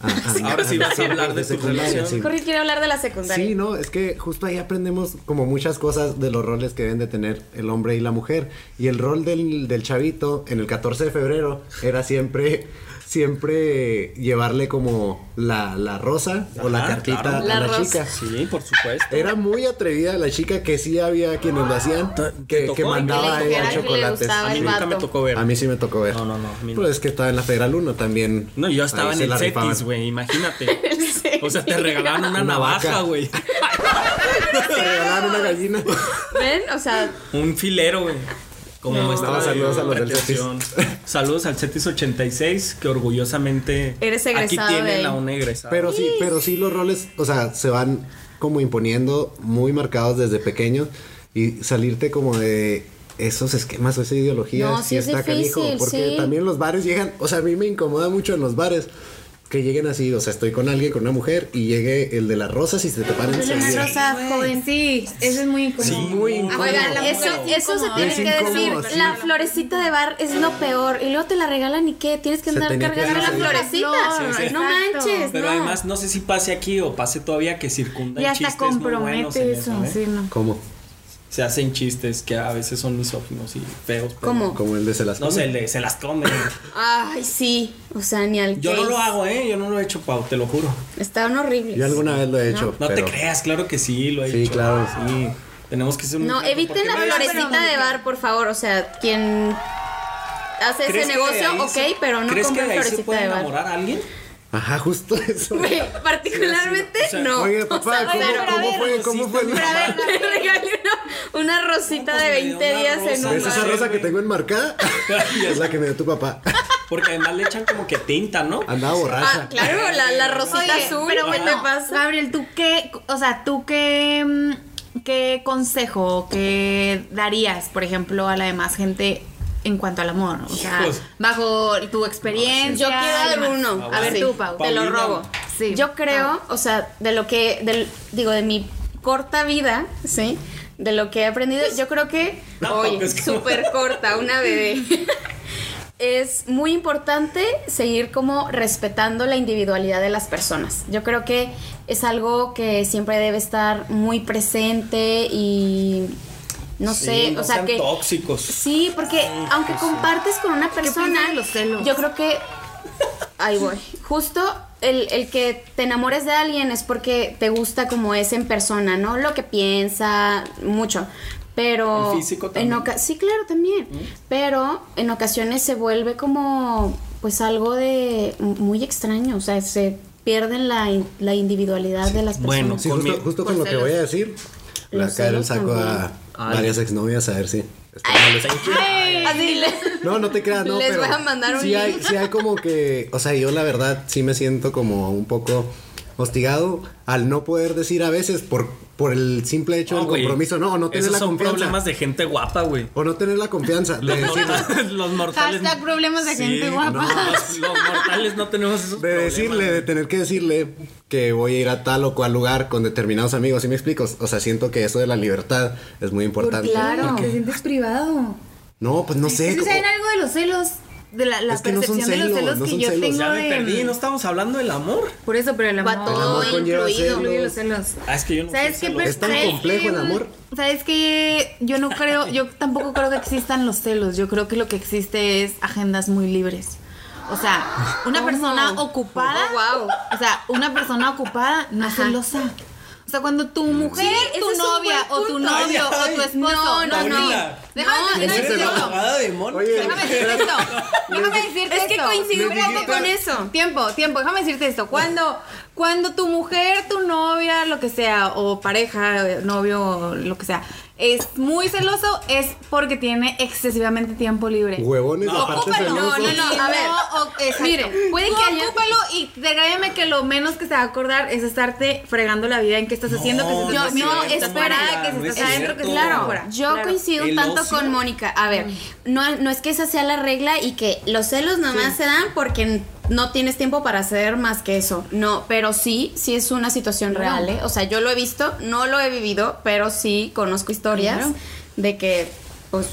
Speaker 4: a- a-
Speaker 2: Ahora sí vas a hablar de tus
Speaker 4: secundaria, sí.
Speaker 3: Jorge quiere hablar de la secundaria.
Speaker 4: Sí, no, es que justo ahí aprendemos como muchas cosas de los roles que deben de tener el hombre y la mujer. Y el rol del, del chavito en el 14 de febrero era siempre siempre llevarle como la, la rosa o la
Speaker 2: Ah,
Speaker 4: cartita
Speaker 2: claro.
Speaker 4: a
Speaker 5: La
Speaker 4: la,
Speaker 5: rosa.
Speaker 4: chica.
Speaker 2: Sí, por supuesto.
Speaker 4: Era muy atrevida la chica que sí había quienes lo hacían,
Speaker 2: ¿Te
Speaker 4: que,
Speaker 2: tocó?
Speaker 4: que mandaba
Speaker 2: Que le
Speaker 4: ella
Speaker 5: dijera que le
Speaker 4: chocolates.
Speaker 5: gustaba
Speaker 2: a mí
Speaker 5: el
Speaker 2: nunca
Speaker 5: vato.
Speaker 2: me tocó ver.
Speaker 4: A mí sí me tocó ver.
Speaker 2: No, no, no, a mí no.
Speaker 4: Pero es que estaba en la Federal 1 también.
Speaker 2: No, yo estaba
Speaker 4: Ahí
Speaker 2: en
Speaker 4: se
Speaker 2: el
Speaker 4: la rifaban.
Speaker 2: CX, güey, imagínate. O sea, te regalaban una,
Speaker 4: Una
Speaker 2: navaja,
Speaker 4: vaca.
Speaker 2: güey.
Speaker 4: Te regalaban una gallina.
Speaker 3: ¿Ven? O sea,
Speaker 2: Un filero, güey. Como muestra
Speaker 4: no,
Speaker 2: de
Speaker 4: saludos a los del
Speaker 2: pretensión. Saludos al CETIS 86, que orgullosamente
Speaker 3: Eres egresado
Speaker 2: aquí
Speaker 3: de
Speaker 2: tienen
Speaker 3: ahí.
Speaker 2: a un egresado.
Speaker 4: Pero sí, pero sí los roles, o sea, se van como imponiendo muy marcados desde pequeños y salirte como de esos esquemas o esa ideología.
Speaker 3: No, sí es difícil,
Speaker 4: porque
Speaker 3: sí.
Speaker 4: también los bares llegan, o sea, a mí me incomoda mucho en los bares que lleguen así, o sea, estoy con alguien, con una mujer y llegue el de las rosas y se te paran
Speaker 5: Una
Speaker 4: enseguida.
Speaker 5: rosa joven, sí, eso es muy incómodo.
Speaker 2: Sí, muy incómodo.
Speaker 3: oigan,
Speaker 5: la
Speaker 3: eso,
Speaker 5: mujer
Speaker 3: eso se
Speaker 5: incómoda.
Speaker 3: tiene
Speaker 4: Es
Speaker 3: que
Speaker 4: incómodo,
Speaker 3: decir.
Speaker 4: sí.
Speaker 3: La florecita de bar es lo peor. Y luego te la regalan y qué, tienes que
Speaker 4: Se
Speaker 3: andar
Speaker 4: tenía que
Speaker 3: cargando la
Speaker 4: hacer.
Speaker 3: florecita.
Speaker 5: Sí,
Speaker 2: sí.
Speaker 3: No
Speaker 5: Exacto.
Speaker 3: manches,
Speaker 2: Pero
Speaker 3: no.
Speaker 2: además, no sé si pase aquí o pase todavía que circundan
Speaker 5: Y hasta
Speaker 2: chistes muy buenos en
Speaker 5: compromete eso,
Speaker 2: eso, ¿eh?
Speaker 5: sí, no.
Speaker 4: ¿Cómo?
Speaker 2: Se hacen chistes que a veces son misóginos y feos. pero-
Speaker 3: ¿Cómo?
Speaker 4: Como el de se las
Speaker 2: No,
Speaker 4: come.
Speaker 2: se, le- se las comen.
Speaker 3: Ay, sí. O sea, ni al
Speaker 2: Yo
Speaker 3: que
Speaker 2: no lo hago, ¿eh? Yo no lo he hecho, Pau, te lo juro.
Speaker 3: Estaban horribles.
Speaker 4: Yo alguna vez lo he hecho,
Speaker 2: No
Speaker 4: pero
Speaker 2: te creas, claro que sí, lo he
Speaker 4: Sí,
Speaker 2: hecho.
Speaker 4: claro.
Speaker 2: Sí, tenemos que ser muy
Speaker 3: No,
Speaker 2: claros,
Speaker 3: eviten
Speaker 2: porque
Speaker 3: la
Speaker 2: no es-
Speaker 3: florecita de bar, por favor. O sea, quien hace ese
Speaker 2: ¿Crees que de
Speaker 3: negocio,
Speaker 2: ahí
Speaker 3: ok,
Speaker 2: se-
Speaker 3: pero no
Speaker 2: ¿crees que
Speaker 3: compren
Speaker 2: de ahí se
Speaker 3: florecita
Speaker 2: puede
Speaker 3: de bar.
Speaker 2: enamorar a alguien?
Speaker 4: ajá, justo eso.
Speaker 3: Güey, particularmente
Speaker 2: O sea,
Speaker 3: no.
Speaker 4: Oye,
Speaker 3: O
Speaker 4: papá,
Speaker 3: sea,
Speaker 4: ¿cómo,
Speaker 3: pero-
Speaker 4: cómo
Speaker 2: a ver,
Speaker 4: fue? ¿Cómo fue?
Speaker 2: pero
Speaker 3: A ver, le regalé una, una rosita
Speaker 2: Pues
Speaker 3: de
Speaker 2: me dio
Speaker 3: 20
Speaker 2: una
Speaker 3: días en
Speaker 2: rosa.
Speaker 3: un
Speaker 4: ¿Es esa
Speaker 3: bar.
Speaker 2: Madre,
Speaker 4: rosa que
Speaker 2: güey.
Speaker 4: tengo enmarcada? es la que me dio tu papá.
Speaker 2: Porque además le echan como que tinta, ¿no?
Speaker 4: Andaba borracha.
Speaker 3: Ah, claro, la, la rosita
Speaker 5: Oye,
Speaker 3: azul.
Speaker 5: pero
Speaker 3: ¿qué
Speaker 5: bueno,
Speaker 3: te pasa?
Speaker 5: Gabriel, ¿tú qué, o sea, tú qué, mm, qué consejo o qué darías, por ejemplo, a la demás gente en cuanto al amor? O sea,
Speaker 2: Hijos.
Speaker 5: bajo tu experiencia.
Speaker 3: Yo quiero dar
Speaker 5: demás.
Speaker 3: uno.
Speaker 5: A ver,
Speaker 3: así,
Speaker 5: tú, Pau.
Speaker 3: Te lo
Speaker 2: Paulina.
Speaker 3: robo.
Speaker 5: Sí.
Speaker 3: Yo creo, o sea, de lo que, del- digo, de mi corta vida, ¿sí? De lo que he aprendido, yo creo que,
Speaker 2: Tampoco
Speaker 3: oye,
Speaker 2: es como-
Speaker 3: súper corta, una bebé. es muy importante seguir como respetando la individualidad de las personas. Yo creo que es algo que siempre debe estar muy presente y no
Speaker 2: Sí,
Speaker 3: sé,
Speaker 2: no
Speaker 3: o sea
Speaker 2: sean
Speaker 3: que
Speaker 2: tóxicos.
Speaker 3: Sí, porque aunque compartes con una persona,
Speaker 5: piensas de los celos?
Speaker 3: yo creo que ahí voy. Justo el, el que te enamores de alguien es porque te gusta como es en persona, ¿no? Lo que piensa, mucho. Pero
Speaker 2: El físico
Speaker 3: en
Speaker 2: también.
Speaker 3: oca- sí, claro, también. Pero en ocasiones se vuelve como pues algo de muy extraño, o sea, se pierden la, in- la individualidad de las personas.
Speaker 2: Bueno,
Speaker 4: Sí,
Speaker 2: Con
Speaker 4: justo,
Speaker 2: mi-
Speaker 4: justo con lo que voy a decir,
Speaker 3: Los
Speaker 4: la cara el
Speaker 3: celos
Speaker 4: saco a
Speaker 2: Ay.
Speaker 4: varias exnovias a ver si. están molestas.
Speaker 3: Así le-
Speaker 4: No, no te creas, no.
Speaker 3: Les
Speaker 4: pero
Speaker 3: voy a mandar un
Speaker 4: sí hay,
Speaker 3: link.
Speaker 4: sí hay como que, o sea, yo la verdad sí me siento como un poco hostigado al no poder decir a veces por, por el simple hecho
Speaker 2: No,
Speaker 4: del
Speaker 2: güey.
Speaker 4: compromiso, no, o no tener
Speaker 2: Esos
Speaker 4: la
Speaker 2: son
Speaker 4: confianza.
Speaker 2: problemas de gente guapa, güey.
Speaker 4: O no tener la confianza de
Speaker 2: Los
Speaker 4: decir,
Speaker 2: mortales, los mortales.
Speaker 5: Hashtag problemas de gente guapa.
Speaker 2: no, los, los mortales no tenemos esos
Speaker 4: de
Speaker 2: problemas.
Speaker 4: decirle, de tener que decirle que voy a ir a tal o cual lugar con determinados amigos, ¿sí me explico? O sea, siento que eso de la libertad es muy importante.
Speaker 3: claro.
Speaker 5: Te sientes privado.
Speaker 4: No, pues no sé.
Speaker 5: Eso
Speaker 4: como-
Speaker 5: saben algo de los celos, de la, la
Speaker 4: Es que no
Speaker 5: percepción
Speaker 4: son
Speaker 5: de los
Speaker 4: celos,
Speaker 5: celos
Speaker 4: no
Speaker 5: que
Speaker 4: son
Speaker 5: yo
Speaker 4: celos.
Speaker 5: tengo
Speaker 2: Ya me
Speaker 5: de-
Speaker 2: perdí, no estamos hablando del amor.
Speaker 5: Por eso, pero el amor,
Speaker 3: Va
Speaker 4: El
Speaker 3: todo
Speaker 4: amor conlleva
Speaker 3: incluido.
Speaker 4: celos.
Speaker 5: incluye los celos.
Speaker 2: Ah, es que yo no
Speaker 5: ¿Sabes
Speaker 2: sé
Speaker 5: qué?
Speaker 2: celos.
Speaker 5: per-
Speaker 4: Es tan
Speaker 5: ¿sabes
Speaker 4: complejo
Speaker 5: qué?
Speaker 4: el amor.
Speaker 5: ¿Sabes qué? Yo no creo, yo tampoco creo que existan los celos. Yo creo que lo que existe es agendas muy libres. O sea, una
Speaker 3: ¿Cómo?
Speaker 5: persona ocupada.
Speaker 3: Oh, wow.
Speaker 5: O sea, una persona ocupada no es
Speaker 3: Ajá.
Speaker 5: celosa. O sea, cuando tu mujer,
Speaker 3: ese
Speaker 5: tu
Speaker 3: es un
Speaker 5: novia
Speaker 3: buen
Speaker 5: o tu
Speaker 3: punto.
Speaker 5: novio
Speaker 2: Ay, ay.
Speaker 5: o tu esposo.
Speaker 3: No, no,
Speaker 2: no.
Speaker 5: Déjame
Speaker 3: No,
Speaker 5: terminar
Speaker 3: ese
Speaker 5: de
Speaker 3: no.
Speaker 5: decirlo.
Speaker 2: Abogada de Mon.
Speaker 4: Oye,
Speaker 5: Déjame decirte esto. Déjame decirte
Speaker 3: Es que
Speaker 5: esto.
Speaker 3: coincido
Speaker 4: un poco
Speaker 5: Espérate,
Speaker 4: con
Speaker 3: eso.
Speaker 5: Tiempo, tiempo. Déjame decirte esto. Cuando, cuando tu mujer, tu novia, lo que sea, o pareja, eh, novio, lo que sea, es muy celoso, es porque tiene excesivamente tiempo libre.
Speaker 4: Huevones,
Speaker 2: No,
Speaker 4: aparte
Speaker 5: Ocúpalo.
Speaker 4: celosos.
Speaker 3: No, no, no. a ver.
Speaker 5: o- exacto.
Speaker 3: Miren, puede
Speaker 5: Tú
Speaker 3: que haya-
Speaker 5: ocúpalo y te- créeme que lo menos que se va a acordar es estarte fregando la vida en qué estás haciendo, que
Speaker 2: No,
Speaker 5: se
Speaker 3: no
Speaker 5: estás
Speaker 3: es
Speaker 5: haciendo, que
Speaker 3: cierto,
Speaker 5: estás fuera,
Speaker 3: Mariana,
Speaker 5: que se
Speaker 2: no es
Speaker 5: estás adentro, que se
Speaker 2: cierto.
Speaker 5: estás
Speaker 3: Claro,
Speaker 5: afuera.
Speaker 3: yo
Speaker 5: Claro.
Speaker 3: coincido
Speaker 2: El
Speaker 3: tanto
Speaker 2: ocio.
Speaker 3: con Mónica. A ver, no, no es que esa sea la regla y que los celos nomás se dan porque no tienes tiempo para hacer más que eso. No, pero sí, sí es una situación
Speaker 5: Claro.
Speaker 3: real. ¿eh? O sea, yo lo he visto, no lo he vivido, pero sí conozco historias
Speaker 5: Claro.
Speaker 3: de que, pues,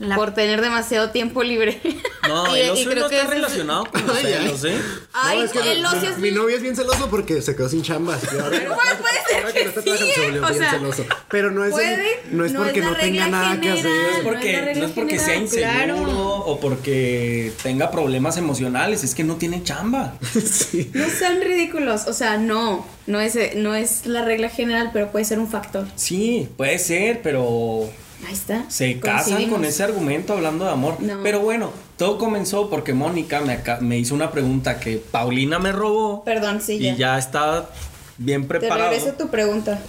Speaker 3: La- Por tener demasiado tiempo libre.
Speaker 2: No,
Speaker 5: Y-
Speaker 2: el
Speaker 5: y
Speaker 2: ocio
Speaker 5: creo
Speaker 2: no
Speaker 5: que
Speaker 2: está
Speaker 5: ese es-
Speaker 2: relacionado con los
Speaker 4: Ay, ay.
Speaker 2: celos, ¿eh?
Speaker 3: Ay,
Speaker 4: No, es que
Speaker 3: el
Speaker 4: mi-
Speaker 3: ocio es
Speaker 4: mi,
Speaker 3: mi-
Speaker 4: novia es bien celoso porque se quedó sin chambas. y ahora-
Speaker 3: Pues puede ser
Speaker 4: ahora que no
Speaker 3: que
Speaker 4: está trabajando,
Speaker 3: sí,
Speaker 4: se volvió
Speaker 3: o
Speaker 4: bien
Speaker 3: sea,
Speaker 4: celoso. Pero no es, el-
Speaker 3: puede,
Speaker 4: no es
Speaker 3: no
Speaker 4: porque
Speaker 3: es la
Speaker 4: no tenga
Speaker 3: regla
Speaker 4: nada que
Speaker 3: general.
Speaker 4: hacer.
Speaker 3: No es la
Speaker 2: Porque,
Speaker 3: regla
Speaker 2: no es porque sea inseguro
Speaker 3: general, claro.
Speaker 2: o porque tenga problemas emocionales, es que no tiene chamba.
Speaker 4: Sí.
Speaker 3: No sean ridículos, o sea, no, no es, no es la regla general, pero puede ser un factor.
Speaker 2: Sí, puede ser, pero
Speaker 3: Ahí está.
Speaker 2: se casan
Speaker 3: coincidimos.
Speaker 2: con ese argumento hablando de amor.
Speaker 3: No.
Speaker 2: Pero bueno, todo comenzó porque Mónica me, aca- me hizo una pregunta que Paulina me robó
Speaker 3: Perdón, sí, ya.
Speaker 2: y ya está bien
Speaker 3: Te
Speaker 2: preparado.
Speaker 3: regreso tu pregunta.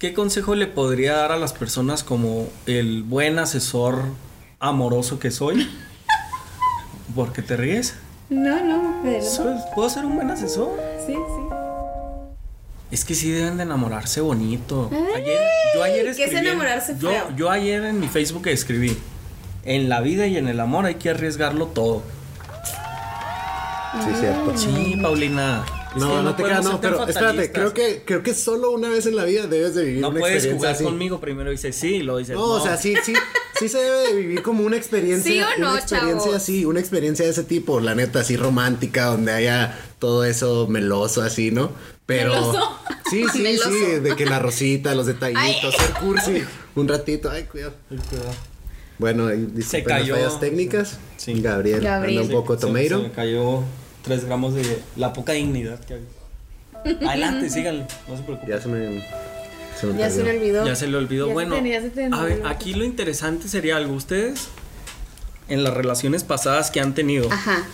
Speaker 2: ¿Qué consejo le podría dar a las personas como el buen asesor amoroso que soy? Porque te ríes.
Speaker 3: No, no, pero. Sí,
Speaker 2: Pues, ¿Puedo ser un buen asesor?
Speaker 3: sí.
Speaker 2: Es que sí deben de enamorarse bonito. Ayer, yo ayer
Speaker 3: ¿qué es
Speaker 2: escribí en-
Speaker 3: enamorarse
Speaker 2: yo,
Speaker 3: feo?
Speaker 2: yo ayer en mi Facebook escribí. En la vida y en el amor hay que arriesgarlo todo.
Speaker 4: Sí, cierto.
Speaker 3: Mm.
Speaker 2: Sí, Paulina. es que
Speaker 4: No, no te
Speaker 2: podemos
Speaker 4: creas,
Speaker 2: ser
Speaker 4: no,
Speaker 2: tan
Speaker 4: pero espérate,
Speaker 2: fatalistas.
Speaker 4: creo que, creo que solo una vez en la vida debes de vivir
Speaker 2: No
Speaker 4: una
Speaker 2: puedes
Speaker 4: experiencia
Speaker 2: jugar
Speaker 4: así.
Speaker 2: conmigo. Primero dices sí y luego dices
Speaker 4: No, o sea, sí, sí, sí se debe de vivir como una experiencia.
Speaker 3: ¿Sí o no,
Speaker 4: una experiencia
Speaker 3: chavos?
Speaker 4: así, una experiencia de ese tipo, la neta, así romántica, donde haya todo eso meloso, así, ¿no? Pero.
Speaker 3: Meloso.
Speaker 4: Sí, sí,
Speaker 3: Meloso.
Speaker 4: sí, de que la rosita, los detallitos,
Speaker 3: Ay.
Speaker 4: ser cursi, un ratito, ay, cuidado. Bueno, ahí disculpen las
Speaker 2: cayó.
Speaker 4: fallas técnicas.
Speaker 2: Sí.
Speaker 4: Gabriel,
Speaker 3: Gabriel.
Speaker 4: anda un poco
Speaker 2: Se-
Speaker 4: tomeiro.
Speaker 2: Se, me cayó tres gramos de la poca dignidad que había. Adelante, síganle, no se preocupen.
Speaker 4: Ya se me. Se me
Speaker 5: Ya se le
Speaker 4: perdió.
Speaker 5: olvidó.
Speaker 2: Ya se le olvidó.
Speaker 5: Ya se
Speaker 2: bueno,
Speaker 5: te- ya se te
Speaker 2: a ver,
Speaker 5: olvidó.
Speaker 2: aquí lo interesante sería algo. Ustedes, en las relaciones pasadas que han tenido,
Speaker 3: Ajá.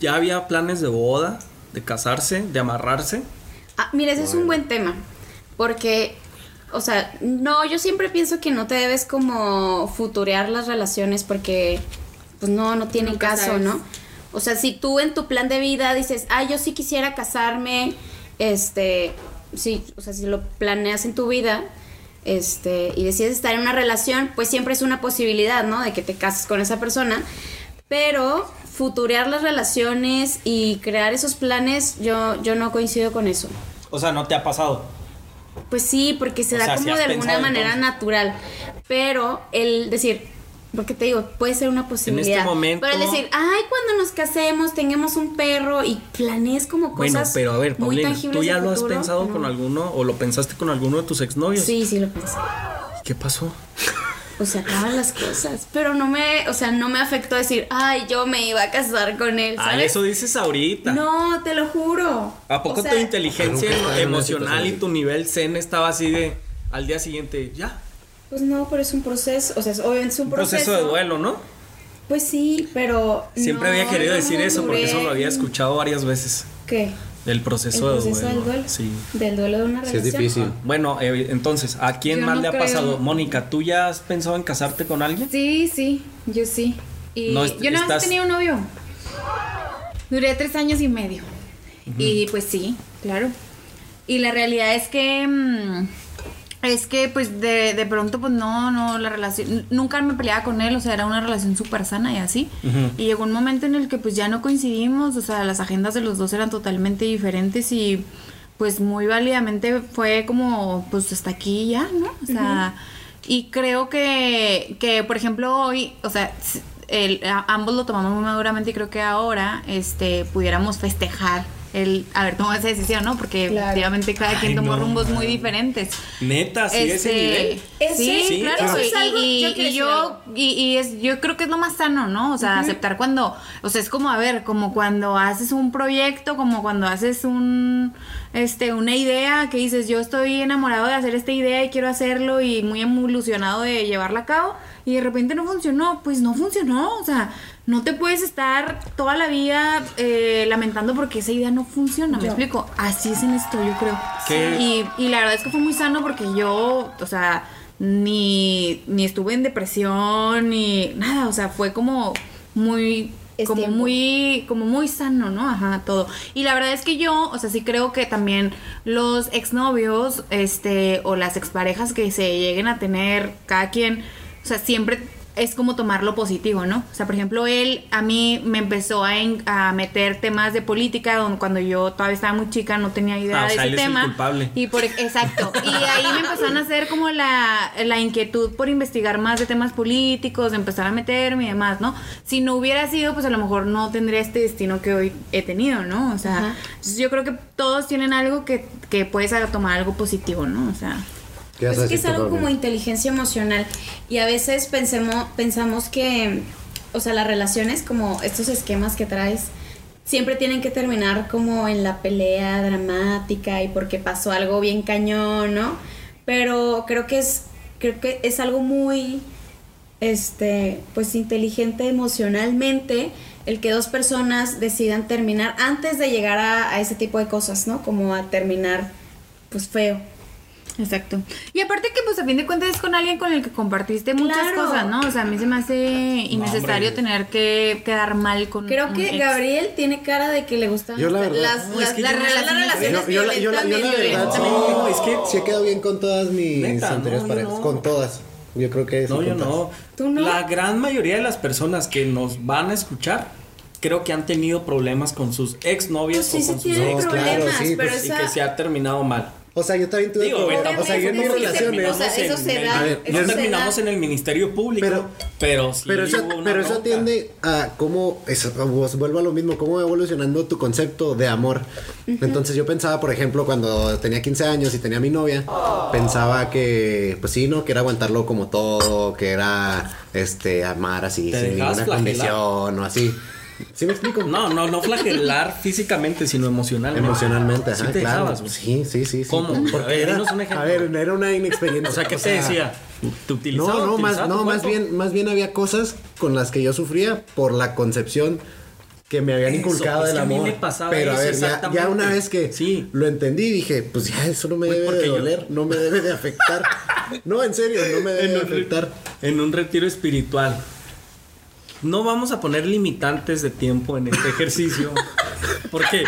Speaker 2: ¿ya había planes de boda, de casarse, de amarrarse?
Speaker 3: Ah, mira, ese es un buen tema. Porque, o sea, no, yo siempre pienso que no te debes como futurear las relaciones porque, pues no, no tiene
Speaker 5: Nunca
Speaker 3: caso,
Speaker 5: sabes.
Speaker 3: ¿no? O sea, si tú en tu plan de vida dices, ah, yo sí quisiera casarme, este, sí, o sea, si lo planeas en tu vida, este, y decides estar en una relación, pues siempre es una posibilidad, ¿no? De que te cases con esa persona. Pero futurear las relaciones y crear esos planes, yo, yo no coincido con eso.
Speaker 2: O sea, no te ha pasado.
Speaker 3: Pues sí, porque se
Speaker 2: O
Speaker 3: da
Speaker 2: sea, si
Speaker 3: como
Speaker 2: has
Speaker 3: de alguna
Speaker 2: pensado
Speaker 3: manera
Speaker 2: entonces.
Speaker 3: natural. Pero el decir, porque te digo, puede ser una posibilidad.
Speaker 2: este momento-
Speaker 3: Pero el decir, ay, cuando nos casemos, tengamos un perro y planees como cosas.
Speaker 2: bueno, pero a ver,
Speaker 3: muy
Speaker 2: Paulina,
Speaker 3: tangibles
Speaker 2: ¿tú ya
Speaker 3: al
Speaker 2: lo has
Speaker 3: futuro?
Speaker 2: pensado
Speaker 3: No.
Speaker 2: con alguno o lo pensaste con alguno de tus exnovios?
Speaker 3: Sí, sí lo pensé.
Speaker 2: ¿Qué pasó?
Speaker 3: O sea, acaban las cosas. Pero no me, o sea, no me afectó decir, ay, yo me iba a casar con él. ¿sabes?
Speaker 2: Ay, Ah, eso dices ahorita.
Speaker 3: No, te lo juro.
Speaker 2: ¿A poco
Speaker 3: O sea,
Speaker 2: tu inteligencia
Speaker 4: Nunca estaba en una
Speaker 2: emocional y
Speaker 4: situación
Speaker 2: tu nivel zen estaba así de al día siguiente, ya?
Speaker 3: Pues no, pero es un proceso. O sea, es- obviamente es un
Speaker 2: Un
Speaker 3: proceso.
Speaker 2: proceso de duelo, ¿no?
Speaker 3: Pues sí, pero.
Speaker 2: Siempre
Speaker 3: no,
Speaker 2: había querido
Speaker 3: no
Speaker 2: decir eso porque
Speaker 3: maduré.
Speaker 2: eso lo había escuchado varias veces.
Speaker 3: ¿Qué?
Speaker 2: El proceso,
Speaker 3: el proceso
Speaker 2: de duelo.
Speaker 3: del duelo.
Speaker 2: Sí.
Speaker 3: Del duelo de una
Speaker 4: Sí,
Speaker 3: relación.
Speaker 4: es difícil.
Speaker 2: Bueno, eh, entonces, ¿a quién
Speaker 5: Yo
Speaker 2: más
Speaker 5: no
Speaker 2: le ha
Speaker 5: creo.
Speaker 2: pasado? Mónica, ¿tú ya has pensado en casarte con alguien?
Speaker 5: Sí, sí, yo sí. Y
Speaker 2: No, est-
Speaker 5: yo nada
Speaker 2: estás-
Speaker 5: más tenía un novio. Duré tres años y medio. Y pues sí, claro. Y la realidad es que. mm, es que pues de, de pronto pues no, no, la relación, nunca me peleaba con él, o sea, era una relación súper sana y así.
Speaker 2: Ujú.
Speaker 5: Y llegó un momento en el que pues ya no coincidimos, o sea, las agendas de los dos eran totalmente diferentes y pues muy válidamente fue como pues hasta aquí ya, ¿no? O sea, y creo que, que, por ejemplo hoy, o sea, s- el- a- ambos lo tomamos muy maduramente y creo que ahora este pudiéramos festejar el haber tomado esa decisión, ¿no? Porque
Speaker 3: Claro.
Speaker 5: efectivamente cada quien
Speaker 2: Ay,
Speaker 5: tomó
Speaker 2: no,
Speaker 5: rumbos
Speaker 2: man.
Speaker 5: muy diferentes.
Speaker 2: Neta, sí, ese
Speaker 5: Este,
Speaker 2: nivel.
Speaker 3: Ese-
Speaker 5: sí,
Speaker 2: Sí,
Speaker 5: claro,
Speaker 2: claro.
Speaker 5: y-
Speaker 3: Eso es algo-
Speaker 5: y,
Speaker 3: yo quiero
Speaker 5: y
Speaker 3: decir algo.
Speaker 5: yo y, y es yo creo que es lo más sano, ¿no? O sea, aceptar cuando, o sea, es como a ver, como cuando haces un proyecto, como cuando haces un este una idea que dices, "Yo estoy enamorado de hacer esta idea y quiero hacerlo y muy ilusionado de llevarla a cabo." Y de repente no funcionó, pues no funcionó, o sea, no te puedes estar toda la vida eh, lamentando porque esa idea no funciona, ¿me
Speaker 3: Yo.
Speaker 5: explico? Así es en esto, yo creo.
Speaker 2: ¿Qué?
Speaker 5: Y y, y la verdad es que fue muy sano porque yo, o sea, ni, ni estuve en depresión ni nada, o sea, fue como muy
Speaker 3: Es
Speaker 5: como
Speaker 3: tiempo.
Speaker 5: muy como muy sano, ¿no? Ajá, todo. Y la verdad es que yo, o sea, sí creo que también los exnovios este o las exparejas que se lleguen a tener cada quien, o sea, siempre es como tomarlo positivo, ¿no? O sea, por ejemplo, él a mí me empezó a, en- a meter temas de política donde cuando yo todavía estaba muy chica no tenía idea
Speaker 2: Ah, o
Speaker 5: de
Speaker 2: sea,
Speaker 5: ese
Speaker 2: él es el
Speaker 5: tema.
Speaker 2: culpable.
Speaker 5: Y por e, exacto. Y ahí me empezaron a hacer como la, la inquietud por investigar más de temas políticos, de empezar a meterme y demás, ¿no? Si no hubiera sido, pues a lo mejor no tendría este destino que hoy he tenido, ¿no? O sea,
Speaker 3: Ajá.
Speaker 5: entonces yo creo que todos tienen algo que, que puedes tomar algo positivo, ¿no? O sea,
Speaker 4: ¿Qué vas
Speaker 3: Pues
Speaker 4: a
Speaker 3: es
Speaker 4: decir
Speaker 3: que es
Speaker 4: tú,
Speaker 3: algo
Speaker 4: Pablo?
Speaker 3: como inteligencia emocional y a veces pensemo- pensamos que, o sea, las relaciones como estos esquemas que traes siempre tienen que terminar como en la pelea dramática y porque pasó algo bien cañón, ¿no? Pero creo que es, creo que es algo muy, este, pues inteligente emocionalmente el que dos personas decidan terminar antes de llegar a, a ese tipo de cosas, ¿no? Como a terminar, pues feo.
Speaker 5: Exacto. Y aparte que pues a fin de cuentas es con alguien con el que compartiste muchas
Speaker 3: Claro.
Speaker 5: cosas, ¿no? O sea, a mí se me hace innecesario
Speaker 2: hombre.
Speaker 5: tener que quedar mal con
Speaker 3: Creo
Speaker 5: un
Speaker 3: que
Speaker 5: ex.
Speaker 3: Gabriel tiene cara de que le gustan
Speaker 4: Yo, la
Speaker 3: las,
Speaker 4: verdad-
Speaker 3: las,
Speaker 2: No, es que yo
Speaker 3: las- las
Speaker 2: no sé
Speaker 3: relaciones
Speaker 2: nada de
Speaker 4: Yo,
Speaker 3: violentas.
Speaker 4: yo la, yo la- yo la verdad, sí,
Speaker 2: No, es que-
Speaker 4: sí he quedado bien con todas mis
Speaker 2: Neta, no,
Speaker 4: anteriores
Speaker 2: yo
Speaker 4: parejas.
Speaker 2: no.
Speaker 4: Con todas. Yo creo que sí,
Speaker 2: No, yo
Speaker 4: con todas.
Speaker 2: no.
Speaker 3: ¿Tú no?
Speaker 2: La gran mayoría de las personas que nos van a escuchar creo que han tenido problemas con sus exnovias
Speaker 3: Pues sí,
Speaker 2: o con
Speaker 3: sí
Speaker 2: sus
Speaker 3: tiene
Speaker 4: No, claro,
Speaker 3: problemas,
Speaker 4: sí,
Speaker 3: pero
Speaker 4: pues,
Speaker 2: y que
Speaker 3: esa...
Speaker 2: se ha terminado mal.
Speaker 4: O sea, yo también tuve
Speaker 2: Digo, güey,
Speaker 4: problemas.
Speaker 2: tampoco
Speaker 4: O sea, yo
Speaker 3: Obviamente,
Speaker 4: en mis
Speaker 3: sí,
Speaker 2: terminamos
Speaker 4: relaciones.
Speaker 3: o sea, eso
Speaker 2: en
Speaker 3: se
Speaker 2: el-
Speaker 3: da,
Speaker 4: A ver,
Speaker 2: no
Speaker 4: eso se
Speaker 2: terminamos
Speaker 3: da.
Speaker 2: en el Ministerio Público, pero,
Speaker 4: Pero-
Speaker 2: sí
Speaker 4: pero eso,
Speaker 2: hubo una
Speaker 4: pero eso
Speaker 2: bronca.
Speaker 4: tiende a cómo, eso, vos- vuelvo a lo mismo, cómo va evolucionando tu concepto de amor. Entonces yo pensaba, por ejemplo, cuando tenía 15 años y tenía mi novia, pensaba que, pues sí, ¿no? Que era aguantarlo como todo, que era, este, amar así,
Speaker 2: Te
Speaker 4: sin
Speaker 2: dejabas
Speaker 4: ninguna
Speaker 2: flagelar.
Speaker 4: condición o así. ¿Sí me explico?
Speaker 2: No, no, no flagelar físicamente, sino emocionalmente.
Speaker 4: Emocionalmente,
Speaker 2: Sí
Speaker 4: ajá,
Speaker 2: te
Speaker 4: claro.
Speaker 2: dejabas, güey.
Speaker 4: sí, sí, sí, sí.
Speaker 2: ¿Cómo? A ver,
Speaker 4: era,
Speaker 2: dinos un ejemplo.
Speaker 4: a ver, era una inexperiencia.
Speaker 2: O sea, ¿qué
Speaker 4: o
Speaker 2: te decía? ¿Te utilizaba?
Speaker 4: No, no,
Speaker 2: ¿Utilizaba
Speaker 4: más,
Speaker 2: tu
Speaker 4: no más,
Speaker 2: cuerpo?
Speaker 4: bien, más bien había cosas con las que yo sufría por la concepción que me habían
Speaker 2: Eso,
Speaker 4: inculcado
Speaker 2: es
Speaker 4: del
Speaker 2: que a mí
Speaker 4: amor.
Speaker 2: me pasaba
Speaker 4: Pero
Speaker 2: eso,
Speaker 4: a ver, ya- ya,
Speaker 2: exactamente.
Speaker 4: una vez que
Speaker 2: Sí.
Speaker 4: lo entendí, dije, pues ya eso no me
Speaker 2: Pues
Speaker 4: debe de
Speaker 2: porque yo-
Speaker 4: doler, no me debe de afectar. no, en serio, no me debe
Speaker 2: en
Speaker 4: de
Speaker 2: un,
Speaker 4: afectar.
Speaker 2: re- en un retiro espiritual. No vamos a poner limitantes de tiempo en este ejercicio. Porque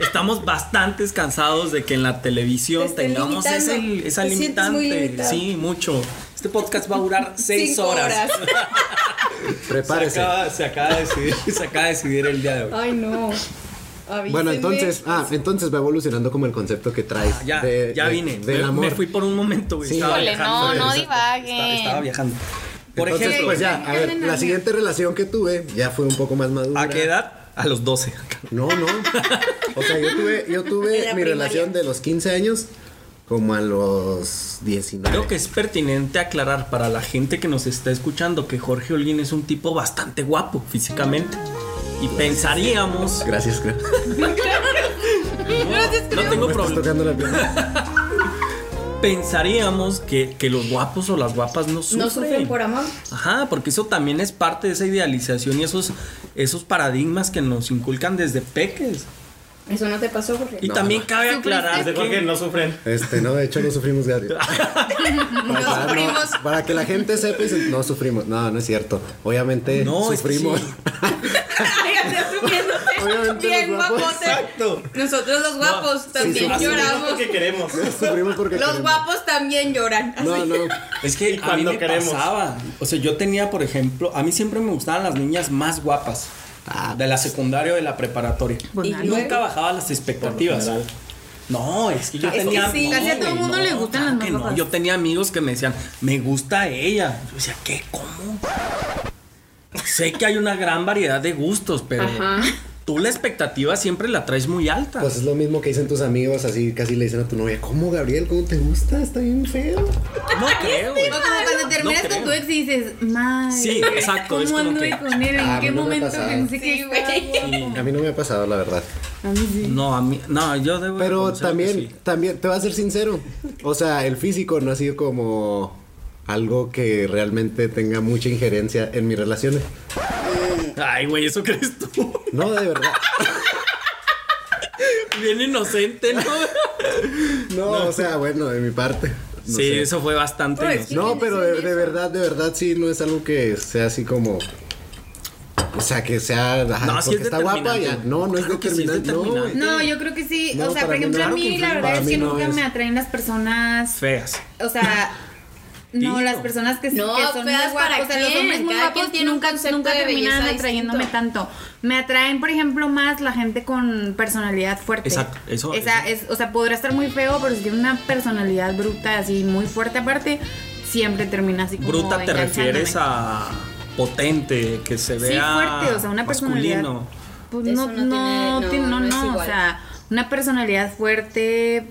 Speaker 2: estamos bastantes cansados de que en la televisión
Speaker 3: Te estén
Speaker 2: tengamos ese-
Speaker 3: limitando.
Speaker 2: esa
Speaker 3: Te sientes muy
Speaker 2: limitante.
Speaker 3: limitado.
Speaker 2: Sí, mucho. Este podcast va a durar seis
Speaker 3: Cinco
Speaker 2: horas. Se
Speaker 4: Prepárese.
Speaker 2: acaba, se acaba de decidir, se acaba de decidir el día de hoy.
Speaker 3: Ay, no. Avísenme.
Speaker 4: Bueno, entonces, ah, entonces va evolucionando como el concepto que traes.
Speaker 2: Ah, Ya,
Speaker 4: de-
Speaker 2: ya
Speaker 4: de-
Speaker 2: vine.
Speaker 4: Del
Speaker 2: me,
Speaker 4: amor.
Speaker 2: me fui por un momento, güey.
Speaker 4: Sí.
Speaker 2: Estaba
Speaker 4: Híjole,
Speaker 2: viajando.
Speaker 6: no, no
Speaker 2: Estaba-
Speaker 6: divaguen.
Speaker 2: Estaba viajando. Por
Speaker 4: Entonces,
Speaker 2: ejemplo,
Speaker 4: pues ya, a ver, la siguiente relación que tuve ya fue un poco más madura.
Speaker 2: ¿a qué edad? A los 12.
Speaker 4: No, no. O sea, yo tuve, yo tuve mi
Speaker 3: En la primaria.
Speaker 4: relación de los 15 años como a los 19.
Speaker 2: Creo que es pertinente aclarar para la gente que nos está escuchando que Jorge Holguín es un tipo bastante guapo físicamente. Y pensaríamos.
Speaker 4: Gracias, creo.
Speaker 2: No, no tengo
Speaker 4: Me estás
Speaker 2: problema.
Speaker 4: tocando la piel.
Speaker 2: Pensaríamos que, que los guapos o las guapas no sufren.
Speaker 3: ¿No sufren por amor?
Speaker 2: Ajá, porque eso también es parte de esa idealización y esos, esos paradigmas que nos inculcan desde peques.
Speaker 3: Eso no te pasó, Jorge.
Speaker 2: Y también cabe aclarar
Speaker 5: ¿Sufriste?
Speaker 2: que-
Speaker 7: no sufren.
Speaker 4: Este, no, de hecho no sufrimos gratis. para,
Speaker 3: sufrimos.
Speaker 4: para que la gente sepa, y se- no sufrimos. No, no es cierto. Obviamente
Speaker 2: No, es que
Speaker 4: sufrimos.
Speaker 2: sí.
Speaker 3: Estás sufriéndote
Speaker 4: Obviamente
Speaker 3: bien
Speaker 4: los guapos.
Speaker 3: guapote.
Speaker 2: Exacto.
Speaker 3: Nosotros los guapos también
Speaker 4: sufrimos.
Speaker 3: lloramos.
Speaker 7: que queremos.
Speaker 4: sufrimos porque
Speaker 3: Los
Speaker 4: queremos.
Speaker 3: guapos también lloran.
Speaker 4: No,
Speaker 3: Así.
Speaker 4: no.
Speaker 2: Es que
Speaker 7: Y
Speaker 2: a mí
Speaker 7: cuando
Speaker 2: me
Speaker 7: queremos.
Speaker 2: pasaba. O sea, yo tenía, por ejemplo, a mí siempre me gustaban las niñas más guapas. de la secundaria o de la preparatoria.
Speaker 5: Pues
Speaker 3: Y
Speaker 5: nada.
Speaker 3: luego-
Speaker 2: Nunca bajaba las expectativas. No, es que yo
Speaker 3: Es que
Speaker 2: tenía.
Speaker 3: sí,
Speaker 2: no,
Speaker 3: casi a todo
Speaker 2: güey,
Speaker 5: mundo le gustan las más
Speaker 2: que no.
Speaker 5: guapas.
Speaker 2: Yo tenía amigos que me decían, me gusta ella. Yo decía, ¿qué? ¿Cómo? sé que hay una gran variedad de gustos, pero
Speaker 3: Ajá.
Speaker 2: tú la expectativa siempre la traes muy alta.
Speaker 4: Pues es lo mismo que dicen tus amigos, así casi le dicen a tu novia, ¿cómo Gabriel? ¿Cómo te gusta? Está bien feo.
Speaker 2: no creo, güey.
Speaker 5: O como cuando terminas
Speaker 2: No
Speaker 5: con
Speaker 2: creo.
Speaker 5: tu ex y dices, madre.
Speaker 2: Sí, exacto, es
Speaker 5: ¿Cómo
Speaker 2: como
Speaker 5: anduve
Speaker 2: que-
Speaker 5: con él? ¿En
Speaker 4: Ah, a
Speaker 5: qué
Speaker 4: mí no me
Speaker 5: momento
Speaker 4: pasaba.
Speaker 5: pensé que iba
Speaker 4: A mí no me ha pasado, la verdad.
Speaker 5: A mí sí.
Speaker 2: No, a mí, no, yo debo.
Speaker 4: Pero
Speaker 2: reconocer que
Speaker 4: también,
Speaker 2: sí.
Speaker 4: también, te voy a ser sincero. O sea, el físico no ha sido como algo que realmente tenga mucha injerencia en mis relaciones.
Speaker 2: Ay, güey, eso crees tú.
Speaker 4: No, de verdad.
Speaker 2: Bien inocente, ¿no?
Speaker 4: No, o sea, bueno, de mi parte. No
Speaker 2: sí,
Speaker 4: sé.
Speaker 2: eso fue bastante.
Speaker 3: Pues,
Speaker 2: inocente.
Speaker 4: No, pero de, de verdad, de verdad, sí, no es algo que sea así como. O sea, que sea. ajá,
Speaker 2: No, sí
Speaker 4: porque
Speaker 2: es
Speaker 4: está guapa ya.
Speaker 2: determinante.
Speaker 4: No, no
Speaker 2: Claro
Speaker 4: es
Speaker 2: que sí es
Speaker 4: determinante. no,
Speaker 2: determinante.
Speaker 5: No, yo creo que sí.
Speaker 4: No,
Speaker 5: o sea,
Speaker 4: para
Speaker 5: por
Speaker 4: mí
Speaker 5: ejemplo,
Speaker 4: no.
Speaker 5: a mí
Speaker 4: Claro que sí,
Speaker 5: la verdad
Speaker 4: para
Speaker 5: es
Speaker 4: mí
Speaker 5: que
Speaker 4: no
Speaker 5: nunca
Speaker 4: es.
Speaker 5: me atraen las personas
Speaker 2: Feas.
Speaker 5: O sea, No, las personas que,
Speaker 3: No,
Speaker 5: que son muy
Speaker 3: pero ¿para
Speaker 5: guapos, o sea, los
Speaker 3: quién?
Speaker 5: hombres muy
Speaker 3: Cada
Speaker 5: guapos
Speaker 3: quien tiene un
Speaker 5: nunca,
Speaker 3: concepto
Speaker 5: nunca
Speaker 3: de
Speaker 5: terminan
Speaker 3: belleza
Speaker 5: atrayéndome
Speaker 3: distinto.
Speaker 5: tanto. Me atraen, por ejemplo, más la gente con personalidad fuerte.
Speaker 2: Exacto, eso-
Speaker 5: Esa es, o sea, podrá estar muy feo, pero si tiene una personalidad bruta así muy fuerte aparte, siempre termina así como
Speaker 2: Bruta te
Speaker 5: enganchándome.
Speaker 2: refieres a potente, que se
Speaker 5: Sí,
Speaker 2: vea
Speaker 5: fuerte, o sea, una personalidad.
Speaker 2: masculino.
Speaker 5: Pues
Speaker 3: Eso
Speaker 5: no,
Speaker 3: no
Speaker 5: no,
Speaker 3: tiene-
Speaker 5: ti-
Speaker 3: no,
Speaker 5: no,
Speaker 3: no es
Speaker 5: no, o
Speaker 3: igual.
Speaker 5: sea, una personalidad fuerte,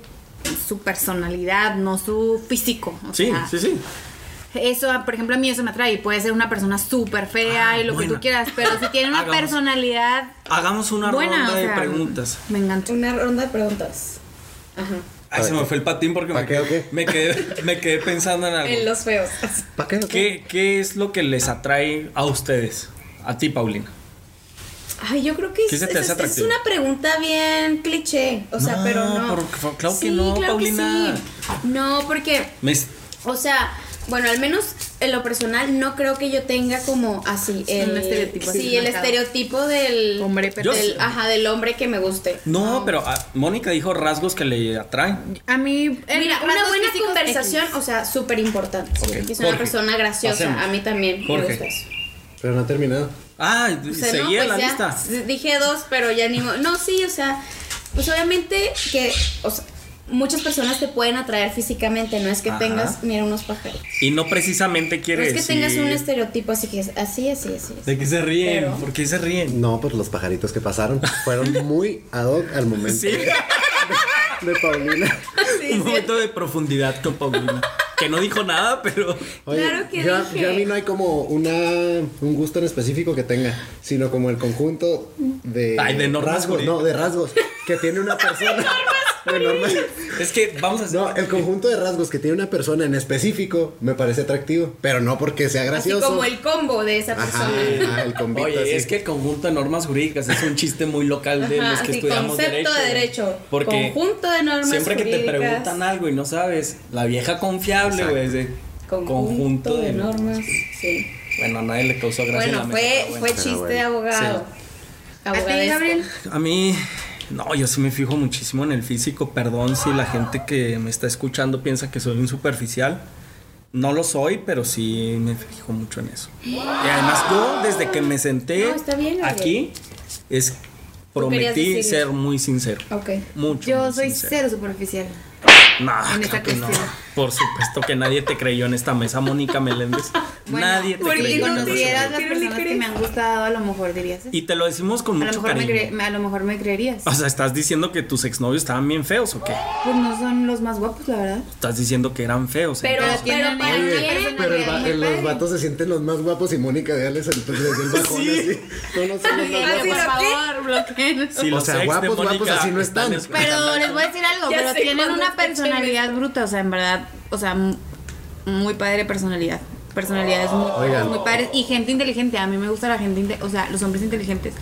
Speaker 5: su personalidad, no su físico. o
Speaker 2: Sí,
Speaker 5: sea,
Speaker 2: sí, sí.
Speaker 5: Eso, ah, por ejemplo, a mí eso me atrae. Puede ser una persona súper fea
Speaker 2: Ah,
Speaker 5: y lo que
Speaker 2: buena.
Speaker 5: tú quieras, pero si tiene una
Speaker 2: Hagamos
Speaker 5: personalidad
Speaker 2: Hagamos una
Speaker 5: buena,
Speaker 2: ronda
Speaker 5: o
Speaker 2: de
Speaker 5: sea,
Speaker 2: preguntas.
Speaker 5: Me engancho.
Speaker 3: Una ronda de preguntas. Ajá.
Speaker 2: Ay, se me fue el patín porque me
Speaker 4: ¿Para qué o
Speaker 2: quedé,
Speaker 4: qué?
Speaker 2: me, quedé, me quedé pensando en algo.
Speaker 3: En los feos.
Speaker 4: ¿Para qué?
Speaker 2: ¿Qué, qué es lo que les atrae a ustedes? A ti, Paulina.
Speaker 3: Ay, yo creo que es,
Speaker 2: ¿Qué se te
Speaker 3: es-
Speaker 2: hace
Speaker 3: es- es
Speaker 2: atractivo?
Speaker 3: una pregunta bien cliché. O sea,
Speaker 2: No,
Speaker 3: pero no.
Speaker 2: por- claro que no, Paulina.
Speaker 3: sí. No, porque
Speaker 2: Me s-
Speaker 3: O sea, bueno, al menos en lo personal no creo que yo tenga como así el
Speaker 5: Un estereotipo así
Speaker 3: Sí, el
Speaker 5: marcado.
Speaker 3: estereotipo del
Speaker 5: Hombre
Speaker 2: Yo-
Speaker 3: del, ajá, del hombre que me guste.
Speaker 2: No, pero ah, Mónica dijo rasgos que le atraen.
Speaker 5: A mí, en
Speaker 3: Mira, una
Speaker 5: rasgos
Speaker 3: buena
Speaker 5: físicos,
Speaker 3: conversación,
Speaker 5: X.
Speaker 3: o sea, súper importante. sí,
Speaker 2: Ok,
Speaker 3: que es una
Speaker 2: Jorge,
Speaker 3: persona graciosa,
Speaker 2: pasemos.
Speaker 3: a mí también
Speaker 2: Jorge.
Speaker 3: me gusta eso.
Speaker 4: Pero no ha terminado.
Speaker 2: Ah,
Speaker 3: O sea, no,
Speaker 2: seguía
Speaker 3: pues
Speaker 2: la
Speaker 3: ya,
Speaker 2: lista.
Speaker 3: s- Dije dos, pero ya ni mo- No, sí, o sea, pues obviamente que o sea, muchas personas te pueden atraer físicamente, no es que
Speaker 2: Ajá.
Speaker 3: tengas, mira, unos pájaros.
Speaker 2: Y no precisamente
Speaker 3: No
Speaker 2: quiere
Speaker 3: es que
Speaker 2: decir...
Speaker 3: tengas un estereotipo así que es así, así, así. así.
Speaker 2: ¿De qué se ríen?
Speaker 3: Pero-
Speaker 2: ¿Por qué se ríen?
Speaker 4: No, pues los pajaritos que pasaron fueron muy ad hoc al momento
Speaker 2: Sí,
Speaker 4: de Paulina.
Speaker 2: un momento de profundidad con Paulina. Que no dijo nada, pero...
Speaker 3: Claro que
Speaker 4: yo,
Speaker 3: dije.
Speaker 4: yo a mí no hay como una, un gusto en específico que tenga, sino como el conjunto de,
Speaker 2: Ay, de normas
Speaker 4: rasgos,
Speaker 2: jurídicas.
Speaker 4: no, de rasgos que tiene una persona. de normas.
Speaker 2: Es que vamos a hacer...
Speaker 4: No, el conjunto de rasgos que tiene una persona en específico me parece atractivo, pero no porque sea
Speaker 3: Así
Speaker 4: gracioso.
Speaker 3: como el combo de esa
Speaker 4: Ajá,
Speaker 3: persona.
Speaker 4: ajá, el convito.
Speaker 2: Oye,
Speaker 4: así.
Speaker 2: es que el conjunto de normas jurídicas es un chiste muy local de
Speaker 3: Ajá,
Speaker 2: los que
Speaker 3: sí,
Speaker 2: estudiamos
Speaker 3: concepto de derecho,
Speaker 2: Porque
Speaker 3: conjunto de normas
Speaker 2: siempre que te
Speaker 3: jurídicas.
Speaker 2: preguntan algo y no sabes, la vieja confiable,
Speaker 4: Exacto.
Speaker 2: güey, es de
Speaker 3: Conjunto, de normas. Sí.
Speaker 2: Bueno, a nadie le causó gracia
Speaker 3: Bueno,
Speaker 2: la
Speaker 3: fue,
Speaker 2: mezcla,
Speaker 3: fue
Speaker 2: bueno.
Speaker 4: Pero
Speaker 3: chiste de
Speaker 4: bueno.
Speaker 3: abogado. este.
Speaker 5: ¿A ti,
Speaker 3: Abogadesco.
Speaker 5: Gabriel?
Speaker 2: A mí, no, yo sí me fijo muchísimo en el físico. Perdón si la gente que me está escuchando piensa que soy un superficial. No lo soy, pero sí me fijo mucho en eso. Y además yo, desde que me senté
Speaker 3: No, está bien, Gabriel.
Speaker 2: aquí, es
Speaker 3: querías
Speaker 2: prometí
Speaker 3: decirlo.
Speaker 2: ser muy sincero.
Speaker 3: Ok.
Speaker 2: Mucho.
Speaker 5: Yo
Speaker 2: muy
Speaker 5: soy
Speaker 2: sincero.
Speaker 5: cero superficial.
Speaker 2: Nah,
Speaker 5: en esta
Speaker 2: claro que no.
Speaker 5: cuestión.
Speaker 2: Por supuesto que nadie te creyó en esta mesa, Mónica Meléndez.
Speaker 5: Bueno,
Speaker 2: nadie te
Speaker 5: porque
Speaker 2: creyó. en
Speaker 5: Si
Speaker 2: esta
Speaker 5: conocieras
Speaker 2: mesa.
Speaker 5: las personas que me han gustado, a lo mejor dirías. eso.
Speaker 2: Y te lo decimos con
Speaker 5: A lo,
Speaker 2: mucho
Speaker 5: mejor me
Speaker 2: cariño.
Speaker 5: cre- a lo mejor me creerías.
Speaker 2: O sea, ¿estás diciendo que tus exnovios estaban bien feos o qué?
Speaker 5: Pues no son los más guapos, la verdad.
Speaker 2: Estás diciendo que eran feos.
Speaker 3: Pero,
Speaker 5: Pero
Speaker 2: entonces.
Speaker 3: pero
Speaker 5: tienen
Speaker 3: para
Speaker 5: el-
Speaker 3: quién?
Speaker 5: el-
Speaker 4: Pero el va-
Speaker 5: Muy
Speaker 4: el- los
Speaker 5: padre.
Speaker 4: vatos se sienten los más guapos y Mónica de Alex entonces desde el bajón así. No, no son los más
Speaker 5: Díganle,
Speaker 4: guapos.
Speaker 5: por favor, bloqueen.
Speaker 2: Si
Speaker 4: O
Speaker 2: los
Speaker 4: sea,
Speaker 2: ex de
Speaker 4: guapos, guapos,
Speaker 2: Mónica
Speaker 4: así no están.
Speaker 2: escuchando-
Speaker 5: Pero les voy a decir algo,
Speaker 3: Ya
Speaker 5: pero
Speaker 3: sé
Speaker 5: tienen
Speaker 3: cuándo
Speaker 5: una
Speaker 3: escuché
Speaker 5: personalidad bruta, o sea, en verdad, o sea, m- muy padre personalidad. Personalidades muy,
Speaker 4: Oigan.
Speaker 5: muy padres y gente inteligente. A mí me gusta la gente, inte- o sea, los hombres inteligentes.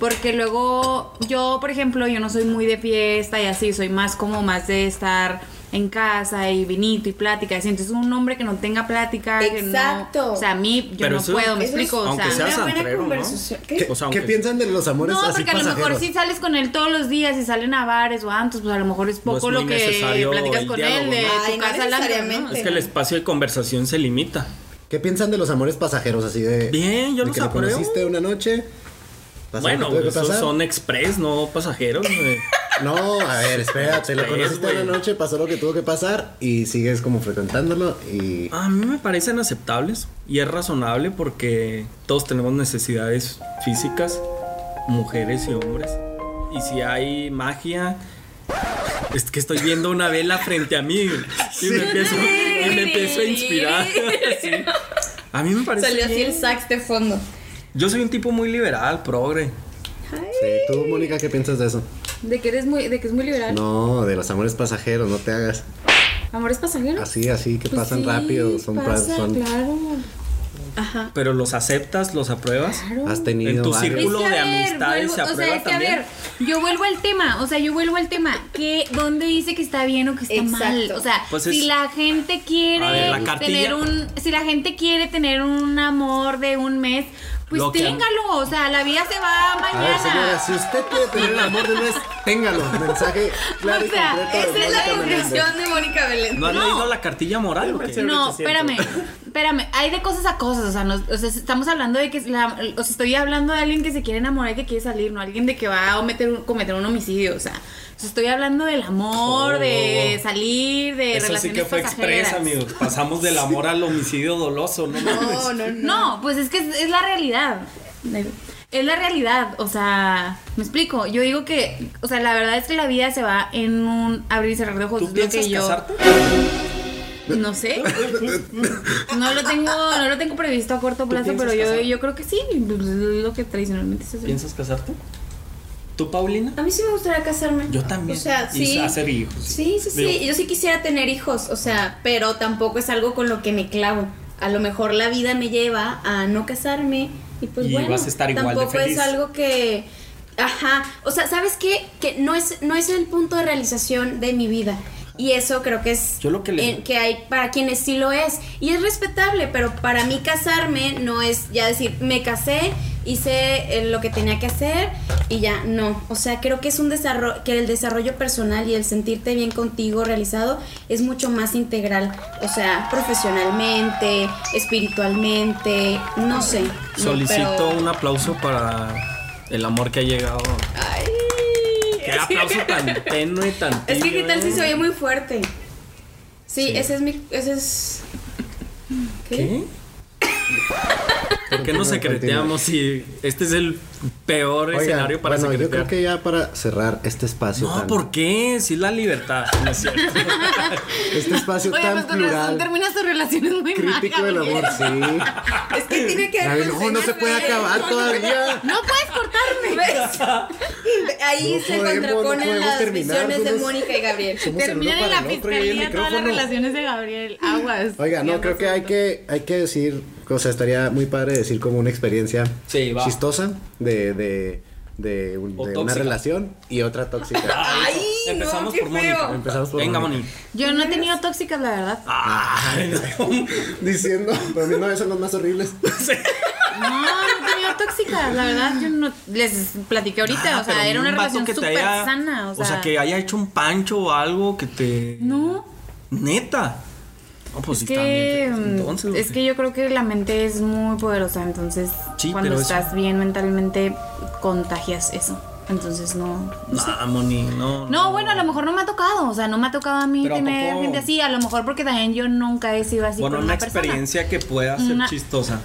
Speaker 5: Porque luego, yo, por ejemplo, yo no soy muy de fiesta y así, soy más como más de estar en casa y vinito y plática. y así. Entonces, un hombre que no tenga plática, que no-
Speaker 3: Exacto.
Speaker 5: o sea, a mí, yo
Speaker 2: Pero
Speaker 5: no
Speaker 2: eso-
Speaker 5: puedo, me
Speaker 3: eso es-
Speaker 5: explico. o
Speaker 2: aunque
Speaker 5: sea,
Speaker 2: seas
Speaker 3: Una buena
Speaker 2: sangrero, ¿no?
Speaker 3: conversación. ¿Qué?
Speaker 4: ¿Qué,
Speaker 2: O sea,
Speaker 4: qué
Speaker 2: aunque-
Speaker 4: piensan de los amores
Speaker 5: No,
Speaker 4: así
Speaker 5: porque a lo mejor
Speaker 4: pasajeros?
Speaker 5: si sales con él todos los días y salen a bares o antes, pues a lo mejor es
Speaker 2: No es
Speaker 5: poco
Speaker 2: muy
Speaker 5: lo que
Speaker 2: necesario
Speaker 5: platicas
Speaker 2: el
Speaker 5: con
Speaker 2: diálogo,
Speaker 5: él de
Speaker 2: ¿no?
Speaker 5: tu
Speaker 3: Ay, no
Speaker 5: casa al antro, ¿no?
Speaker 3: necesariamente.
Speaker 2: Es que el espacio de conversación se limita.
Speaker 4: ¿Qué piensan de los amores pasajeros así de
Speaker 2: Bien, yo
Speaker 4: de
Speaker 2: los
Speaker 4: que lo
Speaker 2: apruebo.
Speaker 4: conociste una noche? pasó lo
Speaker 2: Bueno,
Speaker 4: que tuvo que
Speaker 2: esos
Speaker 4: pasar.
Speaker 2: son express, no pasajeros. güey.
Speaker 4: No, a ver, espérate, lo
Speaker 2: Pues,
Speaker 4: conociste
Speaker 2: güey.
Speaker 4: una noche, pasó lo que tuvo que pasar y sigues como frecuentándolo y
Speaker 2: A mí me parecen aceptables y es razonable porque todos tenemos necesidades físicas, mujeres y hombres. Y si hay magia, es que estoy viendo una vela frente a mí y, me, empiezo, y me empiezo a inspirar. Sí. A mí me parece.
Speaker 3: Salió así
Speaker 2: bien.
Speaker 3: el sax de fondo.
Speaker 2: Yo soy un tipo muy liberal, progre.
Speaker 4: Sí, tú Mónica, ¿qué piensas de eso?
Speaker 5: De que eres muy, de que es muy liberal.
Speaker 4: No, de los amores pasajeros, no te hagas.
Speaker 5: Amores pasajeros.
Speaker 4: Así, así que
Speaker 5: Pues
Speaker 4: pasan
Speaker 5: sí,
Speaker 4: rápido, son, pa-
Speaker 5: pasa,
Speaker 4: son-
Speaker 5: Claro,
Speaker 3: Ajá.
Speaker 2: Pero los aceptas, los apruebas.
Speaker 3: Ah.
Speaker 5: claro.
Speaker 4: has tenido
Speaker 2: En tu
Speaker 4: varios.
Speaker 2: círculo. Círculo de
Speaker 5: Es que, a ver,
Speaker 2: amistades
Speaker 5: vuelvo-
Speaker 2: se
Speaker 5: o sea,
Speaker 2: aprueba
Speaker 5: es que a
Speaker 2: también.
Speaker 5: ver, yo vuelvo al tema, o sea, yo vuelvo al tema, que dónde dice que está bien o que está mal,
Speaker 3: Exacto.
Speaker 5: o sea,
Speaker 2: Pues
Speaker 5: si
Speaker 2: es-
Speaker 5: la gente quiere
Speaker 2: A ver, la cartilla.
Speaker 5: tener un si la gente quiere tener un amor de un mes, Pues
Speaker 2: Lo que-
Speaker 5: téngalo, o sea, la vida se va
Speaker 4: A ver,
Speaker 5: mañana.
Speaker 4: señora, si usted quiere tener el amor de una vez, téngalo. Mensaje claro
Speaker 5: o sea,
Speaker 4: y completo. de
Speaker 5: esa es la
Speaker 4: Mónica Meléndez.
Speaker 5: conclusión de Mónica Belén.
Speaker 2: ¿No has leído la cartilla moral o qué?
Speaker 4: Sí.
Speaker 5: No,
Speaker 4: 800.
Speaker 5: espérame, espérame, hay de cosas a cosas, o sea, nos- o sea, estamos hablando de que, la- o sea, estoy hablando de alguien que se quiere enamorar y que quiere salir, no alguien de que va a cometer un, cometer un homicidio, o sea, o sea, estoy hablando del amor,
Speaker 2: Oh.
Speaker 5: de salir, de
Speaker 2: Eso
Speaker 5: relaciones
Speaker 2: sí que fue
Speaker 5: pasajeras.
Speaker 2: expresa, amigos. Pasamos del amor al homicidio doloso, ¿no? mames.
Speaker 3: No, no, no.
Speaker 5: No, pues es que es, es la realidad. Es la realidad, o sea, me explico. Yo digo que, o sea, la verdad es que la vida se va en un abrir y cerrar de
Speaker 3: pues,
Speaker 5: ojos.
Speaker 2: ¿Tú
Speaker 5: es lo
Speaker 2: piensas
Speaker 5: que yo,
Speaker 2: casarte?
Speaker 5: No sé. No lo tengo, no lo tengo previsto a corto plazo,
Speaker 2: piensas
Speaker 5: pero yo,
Speaker 2: casarte?
Speaker 5: yo creo que sí. pues, es Lo que tradicionalmente se hace.
Speaker 2: ¿Piensas casarte? ¿Tú, Paulina?
Speaker 3: A mí sí me gustaría casarme.
Speaker 2: Yo también.
Speaker 3: O sea,
Speaker 2: Y
Speaker 3: sí.
Speaker 2: hacer hijos.
Speaker 3: Sí, sí, sí.
Speaker 2: Digo,
Speaker 3: Yo sí quisiera tener hijos, o sea, pero tampoco es algo con lo que me clavo. A lo mejor la vida me lleva a no casarme y pues
Speaker 2: Y
Speaker 3: bueno,
Speaker 2: vas a estar igual de
Speaker 3: tampoco
Speaker 2: feliz.
Speaker 3: es algo que ajá, o sea, ¿sabes qué? Que no es no es el punto de realización de mi vida. Y eso creo que es
Speaker 2: Yo lo que le-
Speaker 3: en- que hay para quienes sí lo es y es respetable, pero para mí casarme no es ya decir, me casé, hice eh, lo que tenía que hacer y ya, no. O sea, creo que es un desarrollo que el desarrollo personal y el sentirte bien contigo realizado es mucho más integral, o sea, profesionalmente, espiritualmente, no sé. no,
Speaker 2: Solicito
Speaker 3: pero-
Speaker 2: un aplauso para el amor que ha llegado.
Speaker 3: Ay.
Speaker 2: Qué aplauso tan tenue, tan
Speaker 3: Es que qué
Speaker 2: tibio,
Speaker 3: tal si
Speaker 2: eh?
Speaker 3: se oye muy fuerte. Sí,
Speaker 2: Sí.
Speaker 3: ese es mi ese es
Speaker 2: ¿Qué? ¿Por qué nos secreteamos si este es el peor
Speaker 4: Oigan,
Speaker 2: escenario para
Speaker 4: bueno, yo
Speaker 2: secretear?
Speaker 4: creo que ya para cerrar este espacio
Speaker 2: No,
Speaker 4: tan,
Speaker 2: ¿por qué? Si es la libertad, no es cierto.
Speaker 4: este espacio
Speaker 5: Oye, pues
Speaker 4: tan
Speaker 5: con razón
Speaker 4: plural,
Speaker 5: terminas tus relaciones muy mal.
Speaker 4: crítico del amor,
Speaker 5: Gabriel.
Speaker 4: sí.
Speaker 3: Es que tiene que
Speaker 4: A ver, no, no se puede acabar todavía.
Speaker 5: No puedes cortarme.
Speaker 3: Ahí
Speaker 4: No podemos,
Speaker 3: se
Speaker 4: no
Speaker 3: contraponen
Speaker 4: podemos
Speaker 3: las
Speaker 4: terminar,
Speaker 3: visiones de
Speaker 4: somos-
Speaker 3: Mónica y Gabriel.
Speaker 4: Somos el uno
Speaker 5: Terminan en
Speaker 4: para
Speaker 5: la
Speaker 4: el otro y ahí el
Speaker 5: fiscalía todas las
Speaker 4: micrófono.
Speaker 5: relaciones de Gabriel. Aguas.
Speaker 4: Oiga, no, creo que hay que, hay que decir, o sea, estaría muy padre decir como una experiencia
Speaker 2: Sí, va.
Speaker 4: chistosa de, de, de un-
Speaker 2: O
Speaker 4: de una
Speaker 2: tóxica.
Speaker 4: relación y otra tóxica.
Speaker 3: Ay, no,
Speaker 2: Empezamos
Speaker 3: qué
Speaker 2: por Mónica.
Speaker 3: feo.
Speaker 4: Empezamos por
Speaker 2: Venga,
Speaker 4: Mónica.
Speaker 2: Mónica.
Speaker 5: Yo no he tenido tóxicas, la verdad.
Speaker 2: Ay, no.
Speaker 4: Diciendo, para mí no, son los más horribles.
Speaker 5: No, no he tenido tóxicas, la verdad. Yo no les platiqué ahorita,
Speaker 2: Ah,
Speaker 5: o sea,
Speaker 2: pero
Speaker 5: era una
Speaker 2: un vato
Speaker 5: relación
Speaker 2: que te
Speaker 5: súper
Speaker 2: haya-
Speaker 5: sana, o sea,
Speaker 2: que haya hecho un pancho o algo que te.
Speaker 5: No.
Speaker 2: Neta. No, pues sí,
Speaker 5: es que mm,
Speaker 2: también, pues, entonces,
Speaker 5: es que yo creo que la mente es muy poderosa, entonces
Speaker 2: Sí,
Speaker 5: cuando
Speaker 2: pero eso-
Speaker 5: estás bien mentalmente contagias eso. Entonces no.
Speaker 2: No, Moni, no.
Speaker 5: No, bueno, a lo mejor no me ha tocado, o sea, no me ha tocado a mí
Speaker 2: Pero ¿a
Speaker 5: tener
Speaker 2: poco?
Speaker 5: gente así, a lo mejor porque también yo nunca he sido así
Speaker 2: Bueno,
Speaker 5: con
Speaker 2: una
Speaker 5: una persona.
Speaker 2: experiencia que pueda ser
Speaker 5: Una-
Speaker 2: chistosa.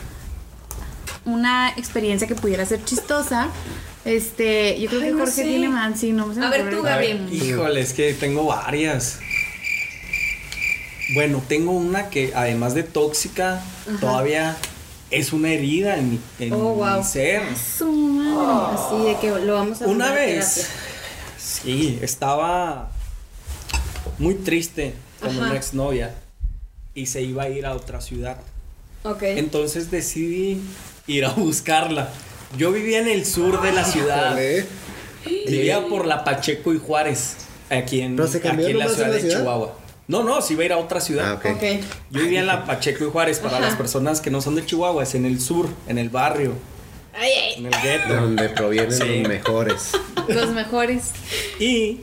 Speaker 5: Una experiencia que pudiera ser chistosa. Este, yo creo
Speaker 3: Ay,
Speaker 5: que
Speaker 3: no
Speaker 5: Jorge
Speaker 3: sé.
Speaker 5: tiene más, sí, no se me
Speaker 3: A ver,
Speaker 5: ocurre
Speaker 3: tú,
Speaker 5: ahorita.
Speaker 3: Gabriel.
Speaker 2: Híjole, es que tengo varias. Bueno, tengo una que además de tóxica, todavía es una herida en mi, en
Speaker 3: Oh,
Speaker 2: mi
Speaker 3: wow.
Speaker 2: ser.
Speaker 5: Su madre.
Speaker 3: Así de que lo vamos a
Speaker 2: Una
Speaker 3: mandar a
Speaker 2: vez,
Speaker 3: terapia.
Speaker 2: sí, estaba muy triste con
Speaker 3: Ajá.
Speaker 2: una exnovia y se iba a ir a otra ciudad.
Speaker 3: Ok.
Speaker 2: Entonces decidí ir a buscarla. Yo vivía en el sur de la ciudad.
Speaker 4: Vale.
Speaker 2: Vivía por la Pacheco y Juárez, aquí en,
Speaker 4: Eh, ¿Pero se cambió
Speaker 2: aquí en la
Speaker 4: nomás
Speaker 2: ciudad
Speaker 4: en la
Speaker 2: de
Speaker 4: ciudad?
Speaker 2: Chihuahua. No, no, si iba a ir a otra ciudad.
Speaker 4: Ah, ok.
Speaker 3: Ok.
Speaker 2: Yo vivía en la Pacheco y Juárez, para
Speaker 3: Ajá.
Speaker 2: las personas que no son de Chihuahua, es en el sur, en el barrio,
Speaker 3: Ay, ay.
Speaker 2: en el gueto.
Speaker 4: Donde provienen
Speaker 2: Sí.
Speaker 4: los mejores.
Speaker 5: Los mejores.
Speaker 2: Y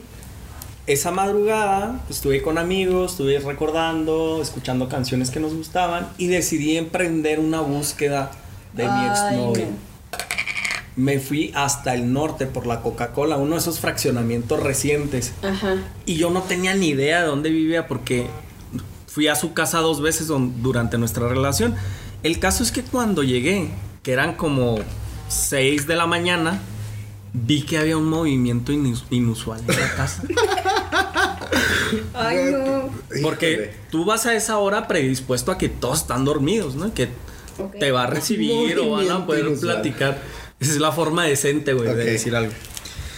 Speaker 2: esa madrugada pues, estuve con amigos, estuve recordando, escuchando canciones que nos gustaban y decidí emprender una búsqueda de mi
Speaker 3: Ay,
Speaker 2: exnovia.
Speaker 3: no.
Speaker 2: Me fui hasta el norte por la Coca-Cola, uno de esos fraccionamientos recientes.
Speaker 3: Ajá.
Speaker 2: Y yo no tenía ni idea de dónde vivía porque fui a su casa dos veces don- durante nuestra relación. El caso es que cuando llegué, que eran como 6 de la mañana, vi que había un movimiento inus- inusual en la casa.
Speaker 3: Ay, no.
Speaker 2: Porque tú vas a esa hora predispuesto a que todos están dormidos, ¿no? Y Que
Speaker 3: Ok.
Speaker 2: te va a recibir o van a
Speaker 4: Movimiento
Speaker 2: poder
Speaker 4: inusual.
Speaker 2: platicar. Esa es la forma decente, güey,
Speaker 4: Ok.
Speaker 2: de decir algo.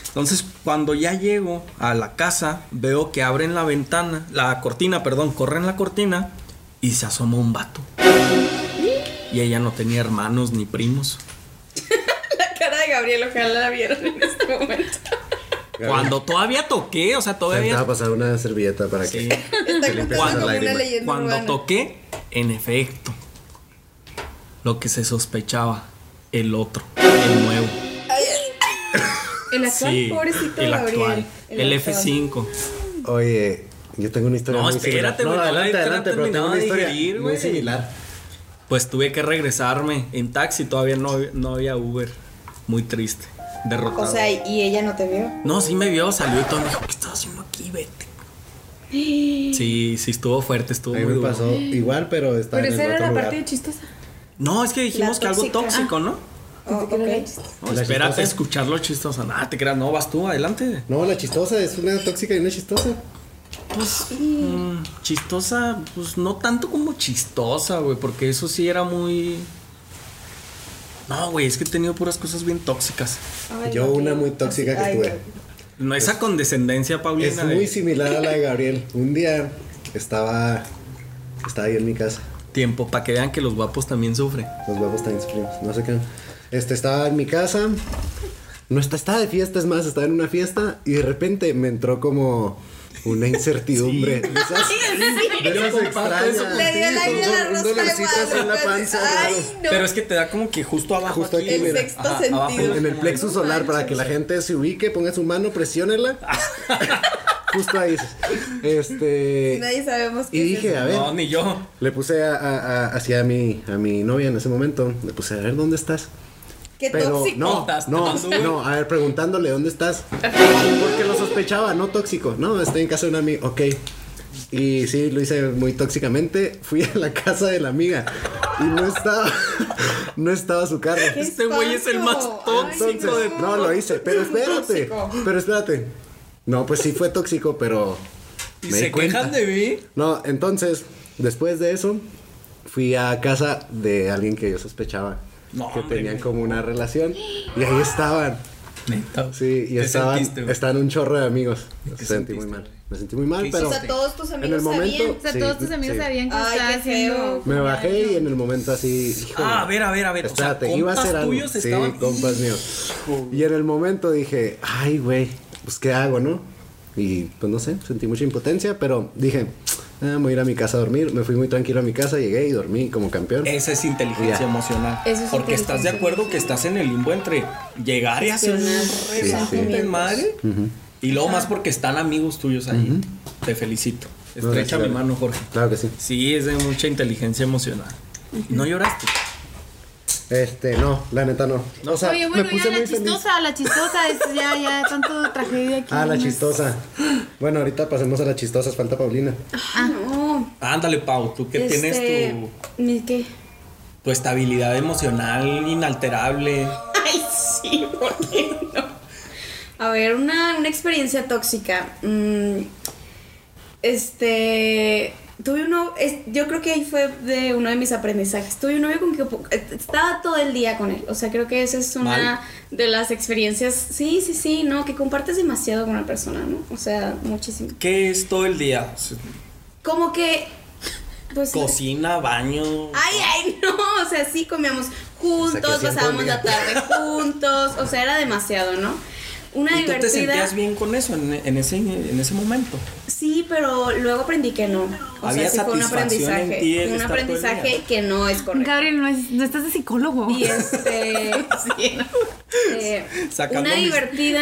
Speaker 2: Entonces, cuando ya llego a la casa, veo que abren la ventana, la cortina, perdón, corren la cortina y se asoma un vato. Y ella no tenía hermanos ni primos.
Speaker 3: La cara de Gabriel, ojalá la vieron en este momento.
Speaker 4: Gabriel,
Speaker 2: Cuando todavía toqué, o sea,
Speaker 4: Te va
Speaker 2: todavía...
Speaker 4: a pasar una servilleta para que
Speaker 2: Sí.
Speaker 3: Está
Speaker 4: Se le
Speaker 3: contando
Speaker 4: empiezan
Speaker 3: como
Speaker 4: las
Speaker 3: una
Speaker 4: lágrimas.
Speaker 3: leyenda
Speaker 2: Cuando
Speaker 3: urbana.
Speaker 2: toqué, en efecto, lo que se sospechaba, el otro, el nuevo.
Speaker 5: El actual,
Speaker 2: Sí,
Speaker 5: pobrecito
Speaker 2: el
Speaker 5: Gabriel.
Speaker 2: actual, el,
Speaker 5: actual.
Speaker 2: F5.
Speaker 4: Oye, yo tengo una historia
Speaker 2: No,
Speaker 4: muy similar.
Speaker 2: espérate, güey,
Speaker 4: No,
Speaker 2: todavía
Speaker 4: adelante,
Speaker 2: no he
Speaker 4: adelante, pero tengo
Speaker 2: terminado
Speaker 4: una
Speaker 2: de
Speaker 4: historia
Speaker 2: digerir,
Speaker 4: muy
Speaker 2: güey.
Speaker 4: similar.
Speaker 2: Pues tuve que regresarme en taxi, todavía no, hab- no había Uber. Muy triste, derrotado.
Speaker 6: O sea, y ella no te vio.
Speaker 2: no, sí me vio, salió y todo me dijo, ¿qué estás haciendo aquí? Vete. Sí, sí estuvo fuerte, estuvo
Speaker 4: A mí
Speaker 2: muy
Speaker 4: me
Speaker 2: duro.
Speaker 4: pasó igual, pero estaba
Speaker 5: Pero
Speaker 4: en el
Speaker 5: esa era
Speaker 4: otro
Speaker 5: la
Speaker 4: lugar.
Speaker 5: parte chistosa.
Speaker 2: No, es que dijimos
Speaker 6: La
Speaker 2: que algo
Speaker 6: tóxica.
Speaker 2: tóxico, ¿no?
Speaker 6: Oh, ok.
Speaker 2: No,
Speaker 4: La
Speaker 2: espérate,
Speaker 4: chistosa.
Speaker 2: escucharlo chistoso. Nada, te creas, no, vas tú, adelante.
Speaker 4: No, la chistosa, es una tóxica y una chistosa.
Speaker 2: Pues, mm, chistosa, pues no tanto como chistosa, güey, porque eso sí era muy. No, güey, es que he tenido puras cosas bien tóxicas.
Speaker 6: Ay,
Speaker 4: Yo
Speaker 6: ok.
Speaker 4: una muy tóxica que
Speaker 6: Ay,
Speaker 4: tuve.
Speaker 6: no.
Speaker 2: No, esa condescendencia, Paulina.
Speaker 4: Es
Speaker 2: de-
Speaker 4: muy similar a la de Gabriel. Un día estaba, estaba ahí en mi casa.
Speaker 2: Tiempo, para que vean que los guapos también sufren.
Speaker 4: Los huevos también sufrimos, no sé qué. Este, estaba en mi casa. No está, estaba de fiesta, es más, estaba en una fiesta y de repente me entró como una incertidumbre. De esas, de esas
Speaker 2: Yo comparto
Speaker 4: extrañas.
Speaker 2: eso
Speaker 6: Le dio la
Speaker 4: sí,
Speaker 6: idea
Speaker 4: con
Speaker 6: a
Speaker 4: un
Speaker 6: la
Speaker 4: do- un
Speaker 6: rosca
Speaker 4: dolorcito así
Speaker 6: de
Speaker 4: en la panza.
Speaker 6: Ay,
Speaker 4: raro.
Speaker 6: no.
Speaker 2: Pero es que te da como que justo abajo.
Speaker 4: Justo aquí,
Speaker 6: El
Speaker 4: mira.
Speaker 6: sexto sentido.
Speaker 4: En el plexo solar, para que la gente se ubique, ponga su mano, presiónela. Justo ahí. Este.
Speaker 6: Nadie sabemos qué
Speaker 4: Y
Speaker 6: es
Speaker 4: dije, a ver.
Speaker 2: No, ni yo.
Speaker 4: Le puse a, a- a- hacia mi, a mi novia en ese momento, le puse a ver dónde estás.
Speaker 6: Qué
Speaker 4: Pero
Speaker 6: tóxico.
Speaker 4: no,
Speaker 2: Estás
Speaker 4: no,
Speaker 2: tomando, güey.
Speaker 4: no, a ver, preguntándole dónde estás. Porque lo sospechaba, no tóxico. No, estoy en casa de una amiga, ok. Y sí, lo hice muy tóxicamente. Fui a la casa de la amiga y no estaba, no estaba su carro.
Speaker 6: ¿Qué
Speaker 2: Este güey es el más
Speaker 6: espanto?
Speaker 2: tóxico
Speaker 6: Ay,
Speaker 4: Entonces,
Speaker 2: de
Speaker 4: no, lo hice, pero espérate,
Speaker 6: Tóxico.
Speaker 4: pero espérate. No, pues sí fue tóxico, pero
Speaker 2: Y
Speaker 4: me di
Speaker 2: se
Speaker 4: cuenta.
Speaker 2: quejan de mí.
Speaker 4: No, entonces, después de eso, fui a casa de alguien que yo sospechaba
Speaker 2: No,
Speaker 4: que
Speaker 2: hombre,
Speaker 4: tenían
Speaker 2: güey.
Speaker 4: como una relación. Y ahí estaban.
Speaker 2: Neta.
Speaker 4: Sí, y este
Speaker 2: Te
Speaker 4: estaban,
Speaker 2: sentiste, güey.
Speaker 4: estaban un chorro de amigos. Me
Speaker 2: qué
Speaker 4: sentí muy
Speaker 2: sentiste?
Speaker 4: mal. Me sentí muy mal,
Speaker 2: ¿Qué
Speaker 4: pero.
Speaker 6: O sea, todos tus
Speaker 4: en
Speaker 6: amigos
Speaker 4: el momento-
Speaker 6: sabían.
Speaker 5: O sea,
Speaker 4: Sí,
Speaker 5: todos tus amigos
Speaker 4: sí.
Speaker 5: sabían que
Speaker 6: Ay,
Speaker 5: estaba
Speaker 6: qué feo.
Speaker 5: haciendo.
Speaker 4: Me bajé y en el momento así. híjole,
Speaker 2: Ah, a ver, a ver, a ver. O sea,
Speaker 4: Espérate, iba a
Speaker 2: compas
Speaker 4: ser algo.
Speaker 2: tuyos
Speaker 4: sí,
Speaker 2: estaban-
Speaker 4: compas míos. Y en el momento dije, ay, güey, pues qué hago, ¿no? Y pues no sé, sentí mucha impotencia, pero dije, ah, me voy a ir a mi casa a dormir. Me fui muy tranquilo a mi casa, llegué y dormí como campeón.
Speaker 2: Esa es inteligencia
Speaker 4: Ya.
Speaker 2: emocional.
Speaker 5: Eso es
Speaker 2: Porque estás de
Speaker 5: inteligencia
Speaker 2: acuerdo que estás en el limbo entre llegar y
Speaker 3: Este,
Speaker 2: hacer un relajo
Speaker 4: sí.
Speaker 2: de madre. Y luego más porque están amigos tuyos ahí. Te felicito.
Speaker 4: No,
Speaker 2: Estrecha
Speaker 4: gracias,
Speaker 2: mi
Speaker 4: Gaby.
Speaker 2: mano, Jorge.
Speaker 4: Claro que sí.
Speaker 2: Sí, es de mucha inteligencia emocional. ¿No lloraste?
Speaker 4: Este, no, la neta no. O sea,
Speaker 5: Oye, bueno,
Speaker 4: me
Speaker 5: ya
Speaker 4: puse
Speaker 5: la
Speaker 4: muy feliz.
Speaker 5: chistosa, la chistosa, es ya, ya, tanto tragedia aquí.
Speaker 4: Ah, la
Speaker 5: nomás.
Speaker 4: chistosa. Bueno, ahorita pasemos a las chistosas, falta Paulina.
Speaker 3: Ah, no.
Speaker 2: Ándale, Pau, tú que
Speaker 3: este,
Speaker 2: tienes tu,
Speaker 3: mi- ¿Qué?
Speaker 2: tu estabilidad emocional inalterable.
Speaker 3: Ay, sí, ¿por qué no? A ver, una, una experiencia tóxica. Mm, este. Tuve uno. es- yo creo que ahí fue de uno de mis aprendizajes. Tuve un novio con que po- eh, estaba todo el día con él. O sea, creo que esa es una
Speaker 2: Mal.
Speaker 3: de las experiencias. Sí, sí, sí, no, que compartes demasiado con una persona, ¿no? O sea, muchísimo.
Speaker 2: ¿Qué es todo el día? O sea,
Speaker 3: Como que. Pues,
Speaker 2: Cocina, baño.
Speaker 3: Ay, ay, no, o sea, sí comíamos juntos,
Speaker 4: O sea, que
Speaker 3: pasábamos
Speaker 4: siempre
Speaker 3: la
Speaker 4: el
Speaker 3: tarde juntos, o sea, era demasiado, ¿no? Una
Speaker 2: ¿Y tú te
Speaker 3: divertida.
Speaker 2: sentías bien con eso en, en ese, en ese momento?
Speaker 3: Sí, pero luego aprendí que no. O
Speaker 2: Había
Speaker 3: sea, sí fue
Speaker 2: satisfacción
Speaker 3: un
Speaker 2: en
Speaker 3: aprendizaje,
Speaker 2: ti el
Speaker 3: un
Speaker 2: estar todo el
Speaker 3: aprendizaje
Speaker 2: día.
Speaker 3: que no es correcto.
Speaker 5: Gabriel, no, es- no estás de psicólogo.
Speaker 3: Y este eh,
Speaker 2: Sacando
Speaker 3: una
Speaker 2: mis-
Speaker 3: divertida.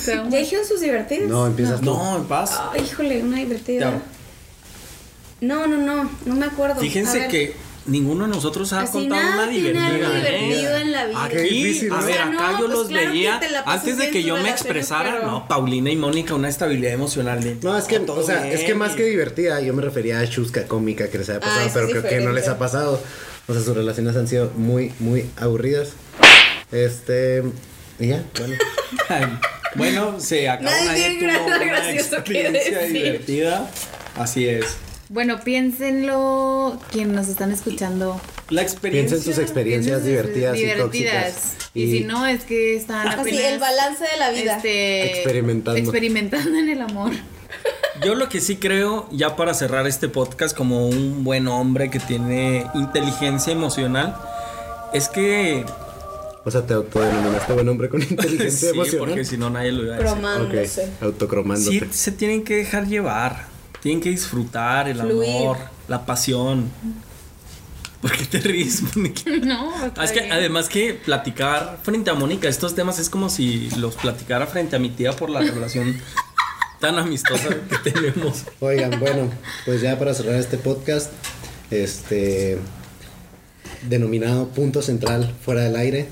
Speaker 5: sea,
Speaker 3: ¿Ya
Speaker 5: un-
Speaker 3: dijeron sus divertidas?
Speaker 4: No, em- empiezas tú.
Speaker 2: No, en paz.
Speaker 3: Ay, híjole, una divertida.
Speaker 2: Ya.
Speaker 3: No, no, no, no me acuerdo. A
Speaker 2: Fíjense
Speaker 3: ver.
Speaker 2: que ninguno de nosotros ha
Speaker 3: Así
Speaker 2: contado
Speaker 3: nada
Speaker 2: una
Speaker 3: tiene
Speaker 2: divertida.
Speaker 3: algo
Speaker 2: ¿eh?
Speaker 3: divertido en la vida.
Speaker 2: Aquí,
Speaker 4: Ah, Qué difícil,
Speaker 2: a
Speaker 4: ¿no?
Speaker 2: ver,
Speaker 3: O sea,
Speaker 2: acá
Speaker 3: no,
Speaker 2: yo
Speaker 3: pues
Speaker 2: los
Speaker 3: claro que
Speaker 2: veía.
Speaker 3: te la pasas
Speaker 2: Antes de
Speaker 3: bien
Speaker 2: que
Speaker 3: tus
Speaker 2: yo me
Speaker 3: relaciones,
Speaker 2: expresara,
Speaker 3: pero-
Speaker 2: no, Paulina y Mónica, una estabilidad emocional. de-
Speaker 4: No, es que,
Speaker 2: Ah, todo
Speaker 4: o sea,
Speaker 2: bien
Speaker 4: es que más
Speaker 2: y-
Speaker 4: que divertida, yo me refería a chusca cómica que les haya pasado,
Speaker 6: eso es
Speaker 4: pero creo que no
Speaker 6: diferente.
Speaker 4: les ha pasado. O sea, sus relaciones han sido muy, muy aburridas. Este, y ya, bueno.
Speaker 2: Ay, Bueno, se acabó
Speaker 6: Nadie
Speaker 2: una,
Speaker 6: tiene
Speaker 2: tuvo
Speaker 6: nada
Speaker 2: una
Speaker 6: gracioso que
Speaker 2: experiencia
Speaker 6: decir.
Speaker 2: divertida. Así es.
Speaker 5: Bueno, piénsenlo quienes nos están escuchando.
Speaker 2: La
Speaker 4: Piensa
Speaker 2: experiencia.
Speaker 4: en sus experiencias
Speaker 5: Piénsenlo,
Speaker 4: divertidas,
Speaker 5: divertidas.
Speaker 4: y tóxicas.
Speaker 5: Y, si no, es que están
Speaker 3: Ah,
Speaker 6: Así,
Speaker 5: apenas,
Speaker 6: el balance de la vida.
Speaker 5: este,
Speaker 4: Experimentando.
Speaker 5: experimentando en el amor.
Speaker 2: Yo lo que sí creo, ya para cerrar este podcast, como un buen hombre que tiene inteligencia emocional, es que.
Speaker 4: O sea, te autodenominaste buen hombre con inteligencia
Speaker 2: sí, porque
Speaker 4: emocional.
Speaker 2: si no, nadie lo iba a decir.
Speaker 6: Cromándose.
Speaker 4: Ok, autocromándote.
Speaker 2: Sí, se tienen que dejar llevar. Tienen que disfrutar el
Speaker 6: Fluir.
Speaker 2: amor, la pasión. ¿Por qué te ríes, Mónica?
Speaker 5: No,
Speaker 2: Ah,
Speaker 5: está
Speaker 2: Es que
Speaker 5: bien.
Speaker 2: además que platicar frente a Mónica estos temas es como si los platicara frente a mi tía por la relación tan amistosa que tenemos.
Speaker 4: Oigan, bueno, pues ya para cerrar este podcast, este denominado Punto Central Fuera del Aire,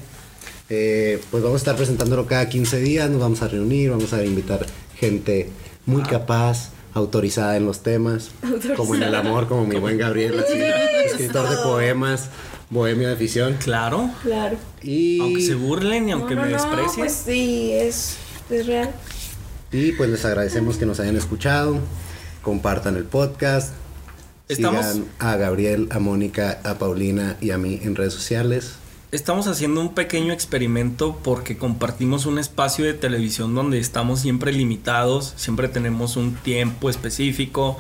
Speaker 4: eh, pues vamos a estar presentándolo cada 15 días, nos vamos a reunir, vamos a invitar gente muy capaz, autorizada en los temas, como en el amor, como mi buen Gabriel, así, escritor de poemas, bohemio de afición.
Speaker 2: Claro,
Speaker 6: Claro.
Speaker 4: Y,
Speaker 2: aunque se burlen y aunque
Speaker 6: No, no,
Speaker 2: me
Speaker 6: no,
Speaker 2: desprecien.
Speaker 6: pues sí, es, es real.
Speaker 4: y pues les agradecemos que nos hayan escuchado, compartan el podcast,
Speaker 2: Estamos-
Speaker 4: Sigan a Gabriel, a Mónica, a Paulina y a mí en redes sociales.
Speaker 2: Estamos haciendo un pequeño experimento porque compartimos un espacio de televisión donde estamos siempre limitados, siempre tenemos un tiempo específico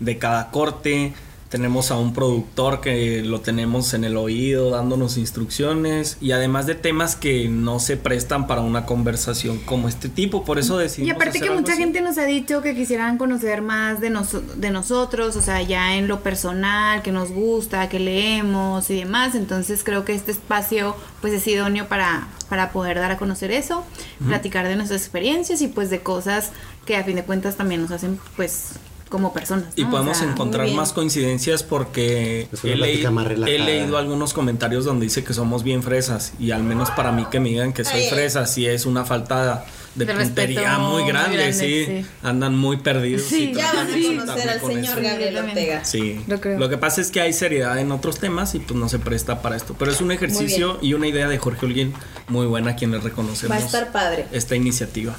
Speaker 2: de cada corte, tenemos a un productor que lo tenemos en el oído dándonos instrucciones y además de temas que no se prestan para una conversación como este tipo, por eso decidimos...
Speaker 5: Y aparte
Speaker 2: hacer
Speaker 5: que
Speaker 2: algo
Speaker 5: mucha
Speaker 2: así.
Speaker 5: gente nos ha dicho que quisieran conocer más de, noso- de nosotros, o sea, ya en lo personal, que nos gusta, que leemos y demás. Entonces creo que este espacio pues es idóneo para, para poder dar a conocer eso, platicar de nuestras experiencias y pues de cosas que a fin de cuentas también nos hacen pues como personas.
Speaker 2: Y
Speaker 5: ¿no? O
Speaker 2: podemos
Speaker 5: sea,
Speaker 2: encontrar
Speaker 6: Ah, muy bien.
Speaker 2: más coincidencias porque
Speaker 4: Es una
Speaker 2: he,
Speaker 4: plática
Speaker 2: leí-
Speaker 4: más
Speaker 2: he
Speaker 4: relajada.
Speaker 2: leído algunos comentarios donde dice que somos bien fresas y al menos para mí que me digan que soy
Speaker 6: Ay, ay.
Speaker 2: fresa sí es una falta de,
Speaker 5: De
Speaker 2: puntería
Speaker 5: respeto
Speaker 2: muy
Speaker 5: muy
Speaker 2: grande,
Speaker 5: grande,
Speaker 2: sí.
Speaker 5: sí.
Speaker 2: Andan muy perdidos.
Speaker 5: Sí,
Speaker 2: y
Speaker 5: Ya
Speaker 6: Ya
Speaker 2: tratan
Speaker 6: van a
Speaker 2: de
Speaker 6: conocer
Speaker 2: insultarme
Speaker 6: al
Speaker 2: con
Speaker 6: señor
Speaker 2: eso.
Speaker 6: Gabriel
Speaker 5: Obviamente.
Speaker 6: Ortega.
Speaker 2: Sí.
Speaker 5: Lo creo.
Speaker 2: Lo que pasa es que hay seriedad en otros temas y pues no se presta para esto. Pero es un ejercicio y una idea de Jorge Olguín muy buena a quien le reconocemos
Speaker 6: Va a estar padre.
Speaker 2: esta iniciativa.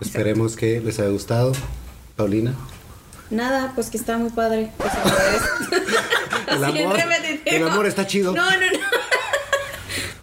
Speaker 4: Esperemos que les haya gustado. Paulina.
Speaker 6: Nada, pues que está muy padre. Pues, a ver.
Speaker 4: El
Speaker 6: Siempre
Speaker 4: amor-
Speaker 6: repetitivo.
Speaker 4: el amor está chido.
Speaker 6: No, no, no.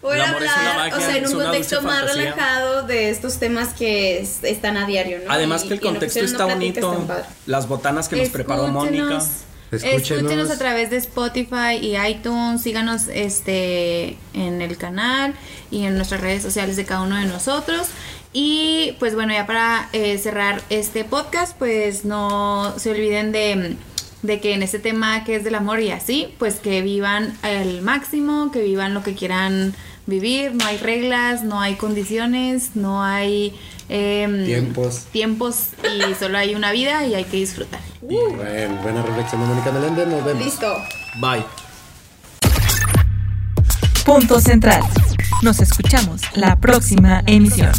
Speaker 6: Poder
Speaker 2: El amor es
Speaker 6: hablar,
Speaker 2: una
Speaker 6: o
Speaker 2: magia,
Speaker 6: sea, en
Speaker 2: es
Speaker 6: un
Speaker 2: una
Speaker 6: contexto
Speaker 2: dulce
Speaker 6: más
Speaker 2: fantasía.
Speaker 6: relajado de estos temas que es- están a diario, ¿no?
Speaker 2: Además
Speaker 6: Y-
Speaker 2: que
Speaker 6: y
Speaker 2: el
Speaker 6: en lo
Speaker 2: contexto
Speaker 6: hicieron
Speaker 2: está
Speaker 6: una plática
Speaker 2: bonito.
Speaker 6: está padre.
Speaker 2: Las botanas que nos preparó Mónica.
Speaker 5: Escúchenos.
Speaker 4: Escúchenos.
Speaker 5: Escúchenos. a través de Spotify y iTunes, síganos este en el canal y en nuestras redes sociales de cada uno de nosotros. Y pues bueno, ya para eh, cerrar este podcast, pues no se olviden de, de que en este tema que es del amor y así, pues que vivan al máximo, que vivan lo que quieran vivir, no hay reglas, no hay condiciones, no hay em,
Speaker 4: Tiempos.
Speaker 5: tiempos y solo hay una vida y hay que disfrutar.
Speaker 4: Bueno, buena reflexión de Mónica Meléndez. Nos vemos.
Speaker 6: Listo.
Speaker 2: Bye.
Speaker 1: Punto Central. Nos escuchamos la próxima emisión.